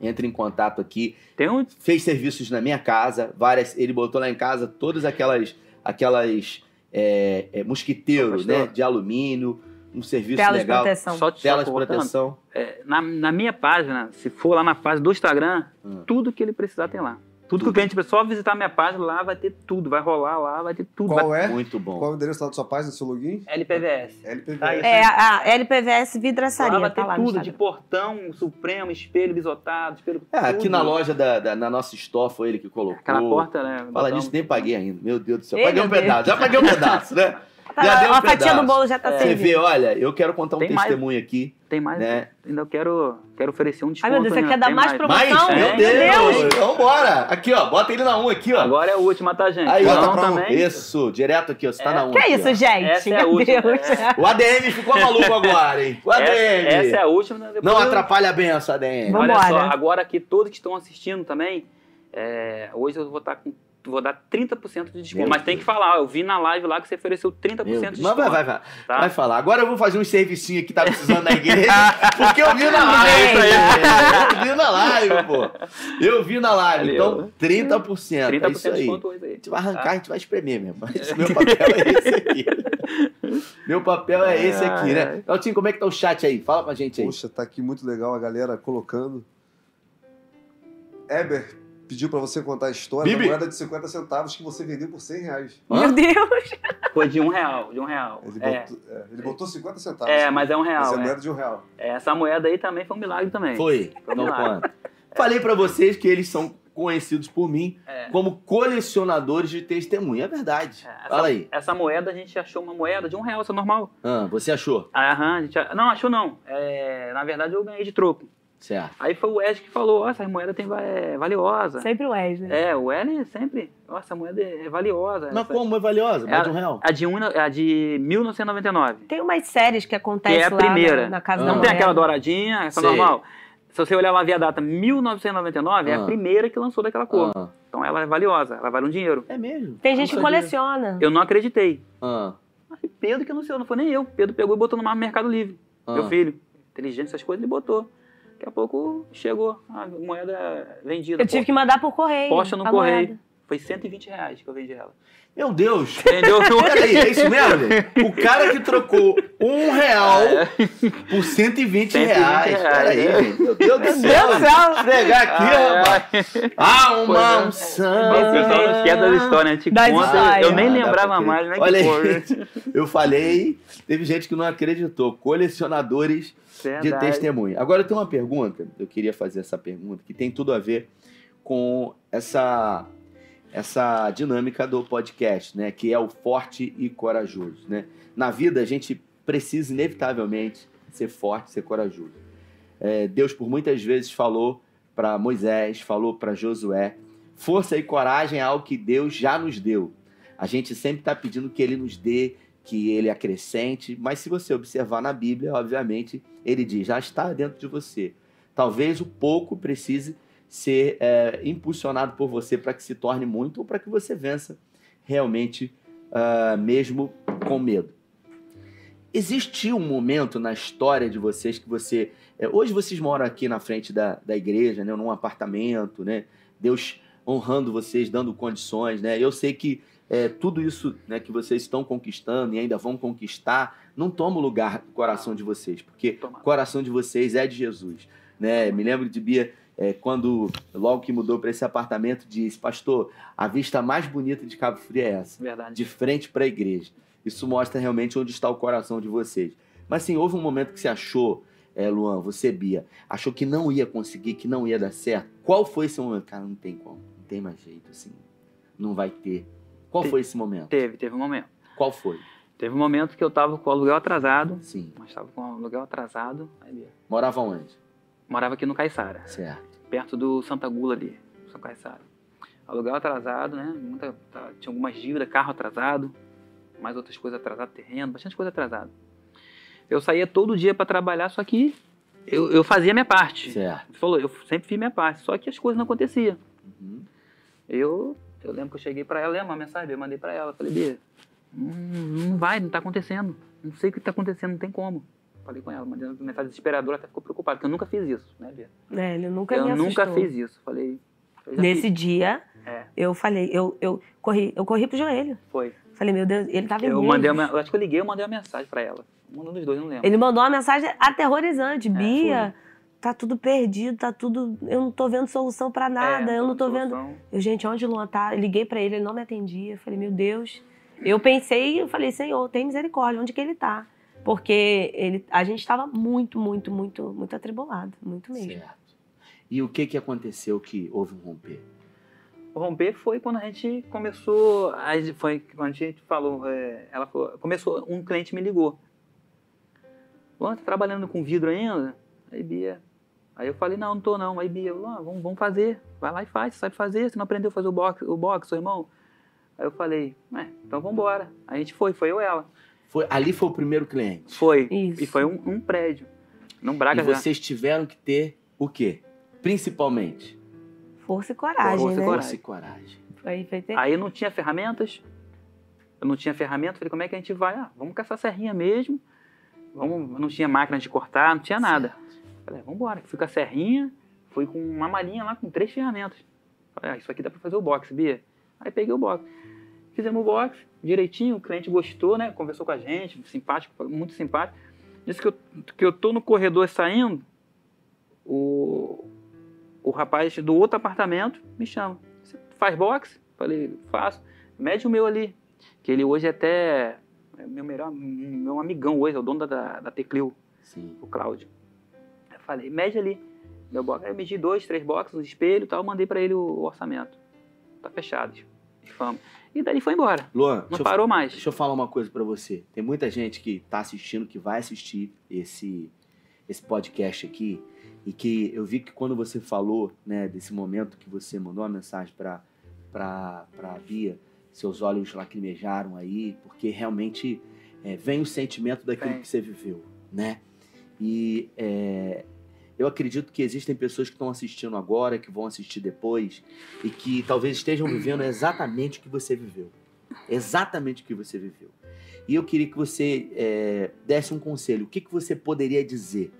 Speaker 1: entra em contato aqui.
Speaker 3: Tem um.
Speaker 1: Fez serviços na minha casa, várias. Ele botou lá em casa todas aquelas, aquelas é, é, mosquiteiros, né,
Speaker 3: Pastor.
Speaker 1: de alumínio, um serviço
Speaker 2: Telas de
Speaker 1: legal,
Speaker 2: proteção.
Speaker 3: Só só
Speaker 1: telas de
Speaker 3: cortando,
Speaker 1: proteção.
Speaker 3: é, na, na minha página, se for lá na página do Instagram,
Speaker 1: Hum.
Speaker 3: tudo que ele precisar tem lá. Tudo, que
Speaker 1: Tudo.
Speaker 3: o cliente precisa. Só visitar a minha página lá, vai ter tudo. Vai rolar lá, vai ter tudo. vai-
Speaker 4: Qual é?
Speaker 1: Muito bom.
Speaker 4: Qual é o endereço lá da sua página, do seu login?
Speaker 1: é?
Speaker 3: LPVS.
Speaker 4: LPV.
Speaker 3: Tá aí.
Speaker 2: É, a LPVS
Speaker 3: Lá
Speaker 2: Vidraçaria
Speaker 3: vai ter
Speaker 2: tá lá no
Speaker 3: tudo, de
Speaker 2: Instagram.
Speaker 3: portão, supremo, espelho bisotado, espelho.
Speaker 1: É, aqui
Speaker 3: tudo.
Speaker 1: na loja da, da- na nossa store foi ele que colocou.
Speaker 3: Aquela porta, né?
Speaker 1: Fala
Speaker 3: botão.
Speaker 1: nisso, nem paguei ainda. Meu Deus do céu.
Speaker 2: Ei,
Speaker 1: paguei um
Speaker 2: meu Deus.
Speaker 1: pedaço. Já paguei um pedaço, né?
Speaker 2: Tá,
Speaker 1: Já deu um
Speaker 2: a fatia
Speaker 1: pedaço.
Speaker 2: do bolo já tá
Speaker 3: É.
Speaker 1: Você vê,
Speaker 2: servida.
Speaker 1: olha, eu quero contar um
Speaker 3: Tem mais?
Speaker 1: testemunho aqui,
Speaker 3: Tem mais. um.
Speaker 1: né?
Speaker 3: Ainda quero, quero oferecer um
Speaker 2: Ai,
Speaker 3: desconto.
Speaker 2: meu Deus, você
Speaker 3: ainda,
Speaker 2: quer dar
Speaker 3: tem
Speaker 2: mais promoção?
Speaker 1: Mais?
Speaker 3: É,
Speaker 1: Meu
Speaker 3: meu
Speaker 1: Deus! Então bora! Aqui, ó, bota ele na 1 aqui, ó.
Speaker 3: Agora é a última, tá, gente?
Speaker 1: Aí,
Speaker 4: Bota
Speaker 1: ó,
Speaker 3: Não,
Speaker 4: pra um.
Speaker 3: também.
Speaker 1: Isso, direto aqui, ó. Você tá
Speaker 3: É.
Speaker 1: na 1.
Speaker 2: Que
Speaker 1: aqui,
Speaker 2: isso,
Speaker 1: ó.
Speaker 2: gente?
Speaker 3: Essa é a
Speaker 2: meu
Speaker 3: última.
Speaker 2: Deus.
Speaker 3: é.
Speaker 1: O ADM ficou maluco agora, hein? O ADM!
Speaker 3: Essa, essa é a última. né? Depois
Speaker 1: Não
Speaker 3: eu-
Speaker 1: atrapalha a benção, ADM.
Speaker 2: Vamos-
Speaker 3: Olha
Speaker 2: Vambora.
Speaker 3: só, agora aqui todos que estão assistindo também, é, hoje eu vou estar com. Vou dar 30% de desconto.
Speaker 1: Meu
Speaker 3: mas tem que falar, eu vi na live lá que você ofereceu 30%
Speaker 1: Meu
Speaker 3: de
Speaker 1: Deus. Mas
Speaker 3: desconto.
Speaker 1: vai, vai, vai,
Speaker 3: tá?
Speaker 1: vai falar. Agora eu vou fazer um servicinho que tá precisando na igreja, porque eu vi na live.
Speaker 3: Aproveita
Speaker 1: É, Eu vi na live, pô. Eu vi na live.
Speaker 3: Valeu.
Speaker 1: Então, 30%. 30% é
Speaker 3: 30%
Speaker 1: isso
Speaker 3: de
Speaker 1: aí.
Speaker 3: desconto Tá. hoje aí.
Speaker 1: A gente vai arrancar, a gente vai espremer mesmo. Esse meu papel é esse aqui. Meu papel é esse aqui, né? Galtinho, como é que tá o chat aí? Fala pra gente aí.
Speaker 4: Poxa, tá aqui muito legal a galera colocando. Eber pediu pra você contar a história
Speaker 1: Bibi.
Speaker 4: da moeda de 50 centavos que você vendeu por 100 reais.
Speaker 2: Meu Deus.
Speaker 3: Foi de um real, de um real.
Speaker 4: Ele
Speaker 3: É,
Speaker 4: botou, é, ele botou 50
Speaker 1: tá
Speaker 4: centavos.
Speaker 3: é, mas é um
Speaker 4: Mas é
Speaker 3: real. é.
Speaker 4: moeda de um real.
Speaker 3: É, Essa moeda aí também foi um milagre também.
Speaker 1: Foi.
Speaker 3: Foi
Speaker 1: Não
Speaker 3: milagre.
Speaker 1: conta. Falei pra vocês que eles são conhecidos por mim
Speaker 3: É.
Speaker 1: como colecionadores de testemunha. É verdade.
Speaker 3: É, essa-
Speaker 1: Fala aí.
Speaker 3: Essa moeda a gente achou uma moeda de um real, isso é normal.
Speaker 1: Ah, você achou?
Speaker 3: Aham, a gente. Não, achou não. É, na verdade eu ganhei de troco.
Speaker 1: Certo.
Speaker 3: Aí foi o Wes que falou: ó, essa moeda tem, va- é valiosa.
Speaker 2: Sempre o Wesley.
Speaker 3: É, o L sempre. Nossa, a moeda é é valiosa.
Speaker 1: Mas
Speaker 3: Essa-
Speaker 1: como é valiosa? Mais de um real.
Speaker 3: A de, um, a de 1999.
Speaker 2: Tem umas séries que acontecem
Speaker 3: Que é a
Speaker 2: lá
Speaker 3: primeira.
Speaker 2: Na, na casa
Speaker 1: Ah.
Speaker 2: da
Speaker 3: Não
Speaker 1: Não
Speaker 3: tem
Speaker 2: mulher.
Speaker 3: aquela douradinha, essa
Speaker 1: Sei.
Speaker 3: normal. Se você olhar lá ver a data 1999, é
Speaker 1: Ah.
Speaker 3: a primeira que lançou daquela cor.
Speaker 1: Ah,
Speaker 3: Então ela é valiosa, ela vale um dinheiro.
Speaker 1: é mesmo?
Speaker 2: Tem gente que
Speaker 1: Nunca vi.
Speaker 2: coleciona.
Speaker 3: Eu não acreditei.
Speaker 1: Ah,
Speaker 3: Mas Pedro que anunciou, não foi nem eu. Pedro pegou e botou no Mercado Livre.
Speaker 1: ah.
Speaker 3: Meu filho, inteligente, essas coisas, ele botou. Daqui a pouco chegou a moeda vendida.
Speaker 2: Eu tive que mandar por correio.
Speaker 3: Posta no
Speaker 2: a
Speaker 3: correio.
Speaker 2: moeda.
Speaker 3: Foi 120 reais que eu vendi ela.
Speaker 1: Meu Deus.
Speaker 3: Entendeu?
Speaker 1: Peraí, é isso mesmo? gente? O cara que trocou um real
Speaker 3: É.
Speaker 1: por 120 reais.
Speaker 3: 120 reais,
Speaker 1: Peraí,
Speaker 3: é.
Speaker 1: gente. Meu Deus do
Speaker 2: Meu Deus
Speaker 1: céu.
Speaker 2: do céu.
Speaker 1: Esfregar aqui, rapaz. Ah, uma
Speaker 3: Pois é.
Speaker 1: unção.
Speaker 3: O pessoal não esquece das histórias, né? Te
Speaker 2: Das
Speaker 3: conta.
Speaker 2: histórias.
Speaker 3: Eu nem
Speaker 1: Ah, é dá pra
Speaker 3: lembrava
Speaker 1: crer.
Speaker 3: mais, né?
Speaker 1: Olha aí.
Speaker 3: que porra.
Speaker 1: Eu falei, teve gente que não acreditou. Colecionadores de
Speaker 3: Verdade.
Speaker 1: testemunha. Agora eu tenho uma pergunta. Eu queria fazer essa pergunta que tem tudo a ver com essa essa dinâmica do podcast, né, que é o forte e corajoso, né? Na vida a gente precisa inevitavelmente ser forte, ser corajoso. É, Deus por muitas vezes falou para Moisés, falou para Josué, força e coragem é algo que Deus já nos deu. A gente sempre está pedindo que Ele nos dê, que Ele acrescente, mas se você observar na Bíblia, obviamente, Ele diz, já está dentro de você. Talvez o pouco precise ser é, impulsionado por você para que se torne muito ou para que você vença realmente, ah, mesmo com medo. Existiu um momento na história de vocês que você. é, hoje vocês moram aqui na frente da, da igreja, né, num apartamento, né? Deus honrando vocês, dando condições, né? Eu sei que é, tudo isso né, que vocês estão conquistando e ainda vão conquistar não toma o lugar do coração de vocês, porque o coração de vocês é de Jesus, né? Me lembro de Bia é, quando logo que mudou para esse apartamento disse, pastor, a vista mais bonita de Cabo Frio é essa
Speaker 3: Verdade.
Speaker 1: de frente para a igreja. Isso mostra realmente onde está o coração de vocês. Mas sim, houve um momento que você achou é, Luan, você Bia, achou que não ia conseguir, que não ia dar certo. Qual foi esse momento? Cara, não tem como, não tem mais jeito, assim. Não vai ter. Qual
Speaker 3: Te-
Speaker 1: foi esse momento?
Speaker 3: Teve, teve um momento.
Speaker 1: Qual foi?
Speaker 3: Teve um momento que eu tava com o aluguel atrasado.
Speaker 1: Sim.
Speaker 3: Nós tava com o aluguel atrasado. Aí, Bia,
Speaker 1: Morava onde?
Speaker 3: Morava aqui no Caiçara,
Speaker 1: Certo.
Speaker 3: perto do Santa Gula ali, São Caiçara. Aluguel atrasado, né? Muita, tá- tinha algumas dívidas, carro atrasado, mais outras coisas atrasadas, terreno, bastante coisa atrasada. Eu saía todo dia para trabalhar, só que eu, eu fazia minha parte.
Speaker 1: Certo.
Speaker 3: Você falou, eu sempre fiz minha parte, só que as coisas não aconteciam.
Speaker 1: Uhum.
Speaker 3: Eu, eu lembro que eu cheguei pra ela, lembro uma mensagem, eu mandei pra ela, falei, Bia, não, não vai, não tá acontecendo. Não sei o que tá acontecendo, não tem como. Falei com ela, mandei uma mensagem desesperadora, até ficou preocupada, porque eu nunca fiz isso, né, Bia?
Speaker 2: É, ele nunca me
Speaker 3: eu nunca
Speaker 2: assustou.
Speaker 3: fiz isso. Falei. eu já
Speaker 2: Nesse dia,
Speaker 3: fiz. É,
Speaker 2: eu falei, eu, eu, corri, eu corri pro joelho.
Speaker 3: foi.
Speaker 2: Falei, meu Deus, ele tá tava em
Speaker 3: Eu
Speaker 2: Búzios.
Speaker 3: mandei uma, eu acho que eu liguei, eu mandei uma mensagem pra ela. Mandando os dois, não lembro.
Speaker 2: Então. Ele mandou uma mensagem
Speaker 3: É,
Speaker 2: aterrorizante. Bia, tá tudo perdido, tá tudo. Eu não tô vendo solução
Speaker 3: É,
Speaker 2: pra nada, eu não tô vendo. Eu, gente, onde o Luan tá? Eu liguei pra ele, ele não me atendia. Eu falei, meu Deus. Eu pensei, eu falei, Senhor, tem misericórdia, onde que ele tá? Porque ele, a gente tava muito, muito, muito, muito atribulado, muito mesmo.
Speaker 1: Certo. E o que que aconteceu que houve um romper?
Speaker 3: O romper foi quando a gente começou. A gente, foi quando a gente falou. é, ela falou- começou, um cliente me ligou. Luan, tá trabalhando com vidro ainda? Aí Bia. Aí eu falei, não, não tô não. Aí Bia, Luan, vamos, vamos fazer. Vai lá e faz, você sabe fazer, você não aprendeu a fazer o box, o box, seu irmão. Aí eu falei, é, então vambora. A gente foi, foi eu e ela.
Speaker 1: Foi, ali foi o primeiro cliente.
Speaker 3: Foi.
Speaker 2: Isso.
Speaker 3: E foi um, um prédio. Num
Speaker 1: e
Speaker 3: Braga Ah, já.
Speaker 1: vocês tiveram que ter o quê? Principalmente.
Speaker 2: Força e coragem,
Speaker 3: um Força e
Speaker 2: né?
Speaker 3: coragem.
Speaker 1: Força e coragem.
Speaker 2: Foi, foi ter...
Speaker 3: Aí eu não tinha ferramentas. Eu não tinha ferramenta. Falei, como é que a gente vai? Ah, vamos caçar serrinha mesmo. Vamos, não tinha máquina de cortar, não tinha nada. Falei, vamos embora. Fui com a serrinha, fui com uma malinha lá com três ferramentas. Falei, ah, isso aqui dá pra fazer o box, Bia. Aí peguei o box. Fizemos o box, direitinho, o cliente gostou, né? Conversou com a gente, simpático, muito simpático. Disse que eu, que eu tô no corredor saindo, o, o rapaz do outro apartamento me chama. Você faz boxe? Falei, faço. Mede o meu ali. Que ele hoje é até é meu melhor, meu amigão hoje, é o dono da- da, da Teclil,
Speaker 1: Sim.
Speaker 3: o Cláudio. Aí Eu falei, mede ali. Meu box. Aí eu medi dois, três boxes, um espelho e tal, mandei pra ele o, o orçamento. Tá fechado. E fomos. E daí foi embora.
Speaker 1: Luan,
Speaker 3: Não
Speaker 1: deixa eu-
Speaker 3: parou mais.
Speaker 1: Deixa eu falar uma coisa pra você. Tem muita gente que tá assistindo, que vai assistir esse, esse podcast aqui e que eu vi que quando você falou, né, desse momento que você mandou uma mensagem pra para para Bia, seus olhos lacrimejaram aí, porque realmente é, vem o sentimento daquilo
Speaker 3: Vem.
Speaker 1: que você viveu, né? E é, eu acredito que existem pessoas que estão assistindo agora, que vão assistir depois e que talvez estejam vivendo exatamente o que você viveu exatamente o que você viveu. E eu queria que você é, desse um conselho. O que, que você poderia dizer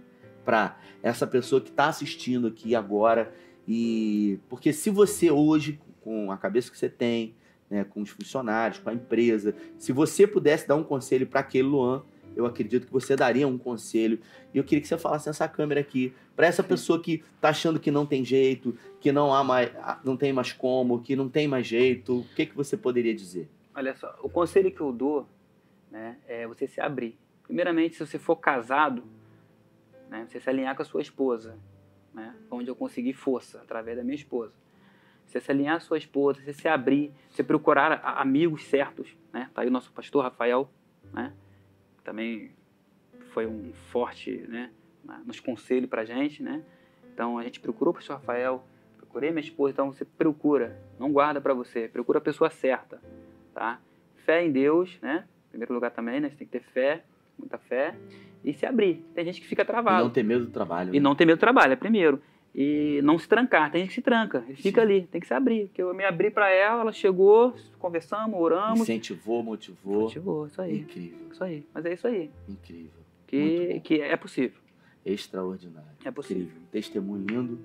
Speaker 1: para essa pessoa que está assistindo aqui agora? E porque se você hoje, com a cabeça que você tem, né, com os funcionários, com a empresa, se você pudesse dar um conselho para aquele Luan, eu acredito que você daria um conselho. E eu queria que você falasse nessa câmera aqui para essa pessoa que tá achando que não tem jeito, que não há mais, não tem mais como, que não tem mais jeito. O que que você poderia dizer?
Speaker 3: Olha só, o conselho que eu dou né, é você se abrir. Primeiramente, se você for casado, né, você se alinhar com a sua esposa, né, onde eu consegui força, através da minha esposa. Você se alinhar à sua esposa, você se abrir, você procurar a- amigos certos. Né, tá aí o nosso pastor Rafael, né, que também foi um forte né, na- nos conselhos para gente. Né. Então, a gente procurou o pastor Rafael, procurei minha esposa. Então, você procura, não guarda para você, procura a pessoa certa tá? Fé em Deus, né? Em primeiro lugar também, né? Você tem que ter fé, muita fé. E se abrir. Tem gente que fica
Speaker 1: E
Speaker 3: travado.
Speaker 1: não ter medo do trabalho.
Speaker 3: E
Speaker 1: né?
Speaker 3: não ter medo do trabalho, é primeiro. E não se trancar. Tem gente que se tranca. E fica
Speaker 1: Sim.
Speaker 3: ali. Tem que se abrir. Porque eu me abri pra ela, ela chegou, conversamos, oramos.
Speaker 1: Incentivou, motivou.
Speaker 3: Motivou, isso aí.
Speaker 1: Incrível,
Speaker 3: Isso aí. Mas é isso aí.
Speaker 1: incrível. Muito
Speaker 3: Que,
Speaker 1: bom.
Speaker 3: que é possível.
Speaker 1: Extraordinário.
Speaker 3: É possível.
Speaker 1: Incrível. um Testemunho lindo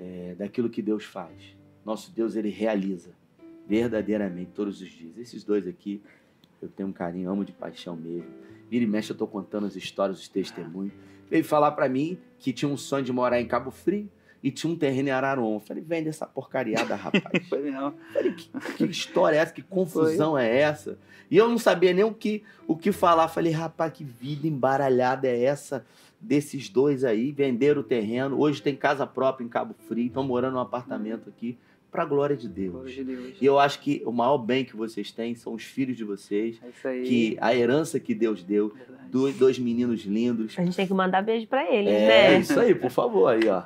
Speaker 1: é, daquilo que Deus faz. Nosso Deus, ele realiza verdadeiramente todos os dias. Esses dois aqui, eu tenho um carinho, amo de paixão mesmo. Vira e mexe, eu tô contando as histórias, os testemunhos. Veio falar pra mim que tinha um sonho de morar em Cabo Frio e tinha um terreno em Araron. Eu falei, vende essa porcariada, rapaz.
Speaker 3: Pois não.
Speaker 1: que história é essa? Que confusão é essa? E eu não sabia nem o que, o que falar. Falei, rapaz, que vida embaralhada é essa? desses dois aí, venderam o terreno, hoje tem casa própria em Cabo Frio, estão morando num apartamento aqui, para glória de Deus.
Speaker 3: Glória a Deus.
Speaker 1: E eu acho que o maior bem que vocês têm são os filhos de vocês,
Speaker 3: É isso aí.
Speaker 1: que a herança que Deus deu,
Speaker 3: Verdade.
Speaker 1: do- dois meninos lindos.
Speaker 2: A gente tem que mandar beijo pra eles,
Speaker 1: É,
Speaker 2: né?
Speaker 1: isso aí, por favor, aí, ó.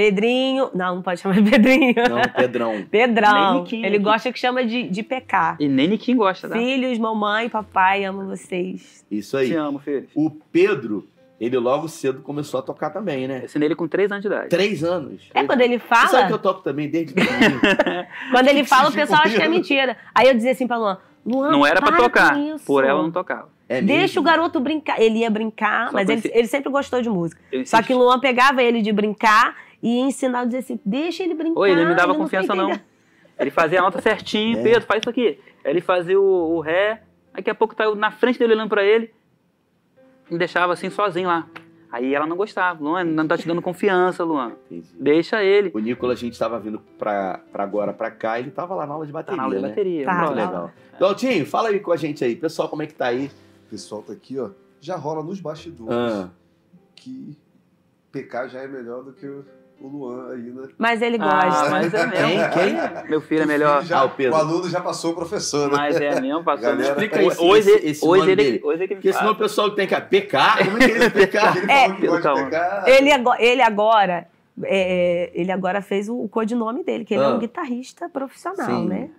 Speaker 2: Pedrinho. Não, não pode chamar de Pedrinho.
Speaker 1: Não, Pedrão.
Speaker 3: Nem
Speaker 2: Pedrão.
Speaker 3: Niquinho
Speaker 2: Ele
Speaker 3: aqui.
Speaker 2: gosta que chama de, de PK.
Speaker 3: E nem Niquim gosta, tá?
Speaker 2: Filhos, mamãe, papai, amo vocês.
Speaker 1: Isso
Speaker 3: Te
Speaker 1: aí.
Speaker 3: amo, filho.
Speaker 1: O Pedro, ele logo cedo começou a tocar também, né?
Speaker 3: Eu ensinei ele com 3 anos de idade.
Speaker 1: Três anos.
Speaker 2: É quando ele
Speaker 1: Você sabe que eu
Speaker 2: fala,
Speaker 1: toco também desde pequenininho?
Speaker 2: quando ele fala, o
Speaker 1: Esse tipo
Speaker 2: pessoal acha que é
Speaker 1: mesmo.
Speaker 2: mentira. Aí eu dizia assim pra Luan, Luan,
Speaker 3: Não era pra
Speaker 2: para com
Speaker 3: tocar.
Speaker 2: isso.
Speaker 3: Por ela não tocava.
Speaker 1: É
Speaker 2: Deixa
Speaker 1: mesmo?
Speaker 2: o garoto brincar. Ele ia brincar,
Speaker 3: Só
Speaker 2: mas
Speaker 3: pra
Speaker 2: ele,
Speaker 3: esse-
Speaker 2: ele sempre gostou de música.
Speaker 3: Eu
Speaker 2: Só
Speaker 3: insisti.
Speaker 2: que o Luan pegava ele de brincar e ensinava, dizia assim, deixa ele brincar.
Speaker 3: Oi, ele não me dava
Speaker 2: tá
Speaker 3: confiança, não.
Speaker 2: entendendo.
Speaker 3: Ele fazia a nota certinho,
Speaker 1: É.
Speaker 3: Pedro, faz isso aqui. Aí Ele fazia o, o ré, daqui a pouco tá eu na frente dele olhando pra ele, me deixava assim sozinho lá. Aí ela não gostava, Luan, não tá te dando confiança, Luan.
Speaker 1: Entendi.
Speaker 3: Deixa ele.
Speaker 1: O Nicolas, a gente tava vindo pra, pra agora, pra cá, ele tava lá na aula de
Speaker 3: Tá
Speaker 1: bateria,
Speaker 3: na aula de
Speaker 1: né?
Speaker 3: bateria.
Speaker 2: Tá,
Speaker 1: Muito
Speaker 3: brother.
Speaker 2: tá.
Speaker 1: legal. Daltinho, fala aí com a gente aí. Pessoal, como é que tá aí?
Speaker 4: O pessoal tá aqui, ó. Já rola nos bastidores
Speaker 1: Ah,
Speaker 4: que PK já é melhor do que o o Luan aí, né?
Speaker 2: Mas ele
Speaker 3: Ah,
Speaker 2: gosta.
Speaker 3: mas é mesmo.
Speaker 1: Quem?
Speaker 3: Meu filho é melhor.
Speaker 4: Já,
Speaker 1: Ah, o Pedro.
Speaker 4: o aluno já passou o professor, né?
Speaker 3: Mas é mesmo, passou.
Speaker 4: Galera,
Speaker 1: Explica
Speaker 3: hoje,
Speaker 1: esse-
Speaker 3: hoje,
Speaker 1: esse- esse
Speaker 3: hoje
Speaker 1: nome
Speaker 3: ele,
Speaker 1: dele.
Speaker 3: hoje é que me
Speaker 1: porque senão o
Speaker 3: fala.
Speaker 1: pessoal tem que PK. Como é que ele PK?
Speaker 4: Ele falou que
Speaker 3: Pedro,
Speaker 4: gosta de
Speaker 3: calma.
Speaker 4: PK.
Speaker 2: Ele agora, ele agora, é, ele agora fez o, o codinome dele, que ele é
Speaker 1: Ah.
Speaker 2: um guitarrista profissional,
Speaker 1: Sim.
Speaker 2: né?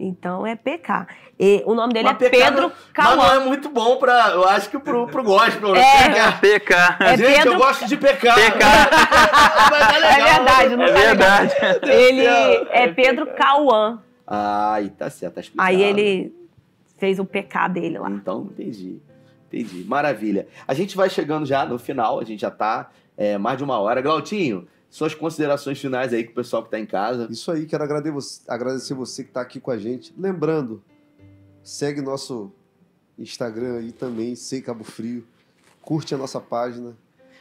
Speaker 2: Então é PK. E o nome dele
Speaker 1: Mas
Speaker 2: é
Speaker 1: PK
Speaker 2: Pedro
Speaker 1: Mas não
Speaker 2: Cauã.
Speaker 1: é muito bom pra, eu acho que pro, pro gospel. né?
Speaker 2: É.
Speaker 1: PK.
Speaker 3: PK.
Speaker 2: É
Speaker 1: gente, eu
Speaker 2: Pedro-
Speaker 1: gosto de PK.
Speaker 3: PK.
Speaker 1: Mas tá
Speaker 2: É
Speaker 1: legal.
Speaker 2: verdade, não
Speaker 3: É
Speaker 2: tá ligado.
Speaker 3: verdade.
Speaker 2: Ele é
Speaker 3: É
Speaker 2: Pedro Cauã.
Speaker 1: Ai, tá certo, tá explicado.
Speaker 2: Aí ele fez o PK dele lá.
Speaker 1: Então, entendi. Entendi. Maravilha. A gente vai chegando já no final, a gente já tá é, mais de uma hora. Glautinho, suas considerações finais aí com o pessoal que tá em casa.
Speaker 4: Isso aí, quero agradecer você, agradecer você que está aqui com a gente. Lembrando, segue nosso Instagram aí também, Sem Cabo Frio. Curte a nossa página.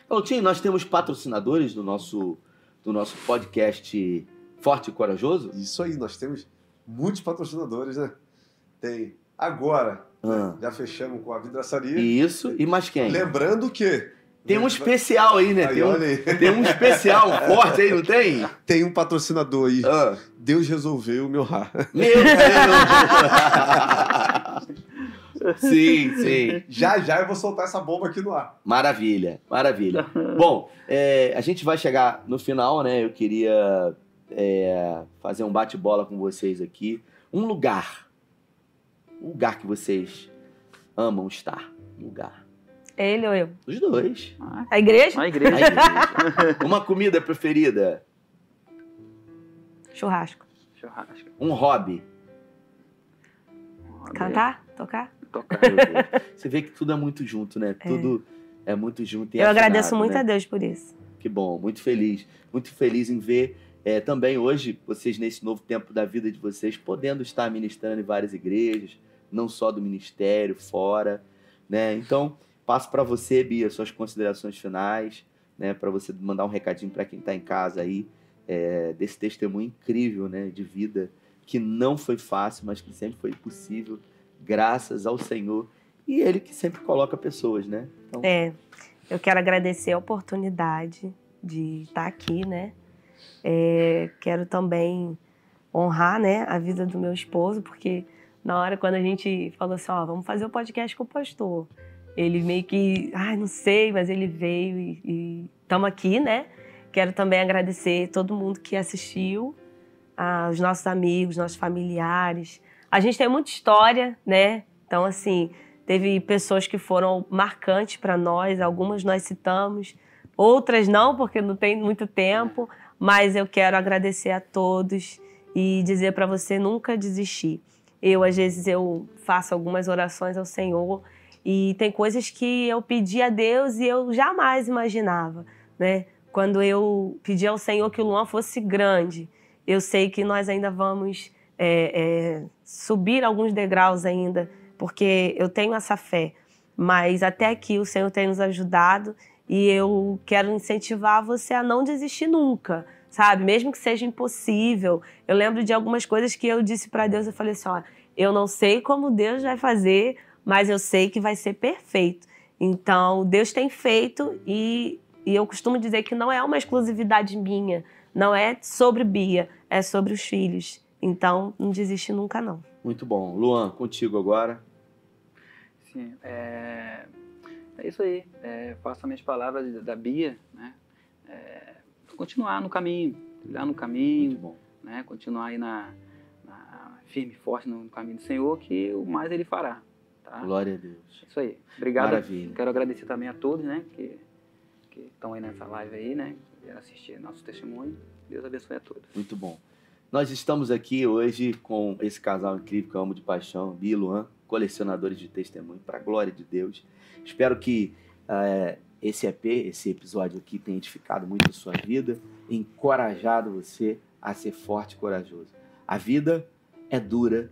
Speaker 1: Glautinho, nós temos patrocinadores do nosso, do nosso podcast Forte e Corajoso?
Speaker 4: Isso aí, nós temos muitos patrocinadores, né? Tem agora,
Speaker 1: Ah,
Speaker 4: já fechamos com a vidraçaria.
Speaker 1: Isso, e mais quem?
Speaker 4: Lembrando que.
Speaker 1: Tem um especial aí, né?
Speaker 4: Aí,
Speaker 1: Tem um,
Speaker 4: olha aí.
Speaker 1: tem um especial forte aí, não tem?
Speaker 4: Tem um patrocinador aí.
Speaker 1: Ah,
Speaker 4: Deus resolveu meu rar.
Speaker 1: meu Deus! sim, sim.
Speaker 4: Já já eu vou soltar essa bomba aqui no ar.
Speaker 1: Maravilha, maravilha. Bom, é, a gente vai chegar no final, né? Eu queria é, fazer um bate-bola com vocês aqui. Um lugar. Um lugar que vocês amam estar. Um lugar.
Speaker 2: Ele ou eu?
Speaker 1: Os dois.
Speaker 3: Ah,
Speaker 2: A igreja?
Speaker 3: Na
Speaker 1: A
Speaker 3: igreja.
Speaker 1: igreja. Uma comida preferida.
Speaker 2: Churrasco.
Speaker 3: Churrasco.
Speaker 1: Um hobby.
Speaker 2: Cantar? Tocar?
Speaker 3: Tocar.
Speaker 1: Meu Deus. Você vê que tudo é muito junto, né? Tudo é muito junto. e
Speaker 2: eu agradeço
Speaker 1: afinado,
Speaker 2: muito
Speaker 1: né?
Speaker 2: a Deus por isso.
Speaker 1: Que bom, muito feliz. Muito feliz em ver eh, também hoje vocês, nesse novo tempo da vida de vocês, podendo estar ministrando em várias igrejas, não só do ministério, fora. Né? Então, passo para você, Bia, suas considerações finais, né? para você mandar um recadinho para quem está em casa aí, eh, desse testemunho incrível né? de vida, que não foi fácil, mas que sempre foi possível, graças ao Senhor. E Ele que sempre coloca pessoas, né? Então,
Speaker 2: É, eu quero agradecer a oportunidade de estar aqui, né? É, quero também honrar, né, a vida do meu esposo, porque na hora quando a gente falou assim, ó, vamos fazer o podcast com o pastor, ele meio que, ai, não sei, mas ele veio e estamos aqui, né? Quero também agradecer todo mundo que assistiu, aos nossos amigos, nossos familiares. A gente tem muita história, né? Então, assim, Teve pessoas que foram marcantes para nós, algumas nós citamos, outras não, porque não tem muito tempo, mas eu quero agradecer a todos e dizer para você nunca desistir. Eu às vezes eu faço algumas orações ao Senhor e tem coisas que eu pedi a Deus e eu jamais imaginava, né? Quando eu pedi ao Senhor que o Luan fosse grande, eu sei que nós ainda vamos é, é, subir alguns degraus ainda porque eu tenho essa fé. Mas até aqui o Senhor tem nos ajudado e eu quero incentivar você a não desistir nunca, sabe? Mesmo que seja impossível. Eu lembro de algumas coisas que eu disse para Deus, eu falei assim, ó, eu não sei como Deus vai fazer, mas eu sei que vai ser perfeito. Então, Deus tem feito e, e eu costumo dizer que não é uma exclusividade minha, não é sobre Bia, é sobre os filhos. Então, não desiste nunca, não.
Speaker 1: Muito bom. Luan, contigo agora.
Speaker 3: Sim, é, é isso aí. É, faço as minhas palavras da- da Bia, né? É, continuar no caminho, trilhar no caminho,
Speaker 1: Muito bom.
Speaker 3: né? Continuar aí na, na- firme, e forte no caminho do Senhor, que o mais Ele fará, tá?
Speaker 1: Glória a Deus.
Speaker 3: Isso aí. Obrigado.
Speaker 1: Maravilha.
Speaker 3: Quero agradecer também a todos, né? Que que estão aí nessa live aí, né? Que vieram assistir nosso testemunho. Deus abençoe a todos.
Speaker 1: Muito bom. Nós estamos aqui hoje com esse casal incrível que eu amo de paixão, Bia e Luan, colecionadores de testemunho, para a glória de Deus. Espero que eh, esse EP, esse episódio aqui, tenha edificado muito a sua vida, encorajado você a ser forte e corajoso. A vida é dura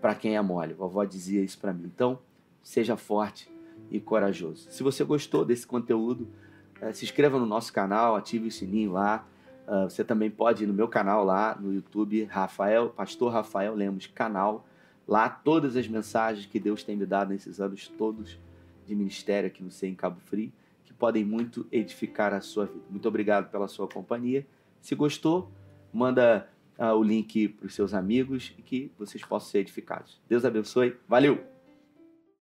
Speaker 1: para quem é mole. Vovó dizia isso para mim. Então, seja forte e corajoso. Se você gostou desse conteúdo, eh, se inscreva no nosso canal, ative o sininho lá. Ah, você também pode ir no meu canal lá no YouTube, Rafael, Pastor Rafael Lemos, canal. Lá todas as mensagens que Deus tem me dado nesses anos todos de ministério aqui no Sem Cabo Frio, que podem muito edificar a sua vida. Muito obrigado pela sua companhia. Se gostou, manda ah, o link para os seus amigos e que vocês possam ser edificados. Deus abençoe. Valeu!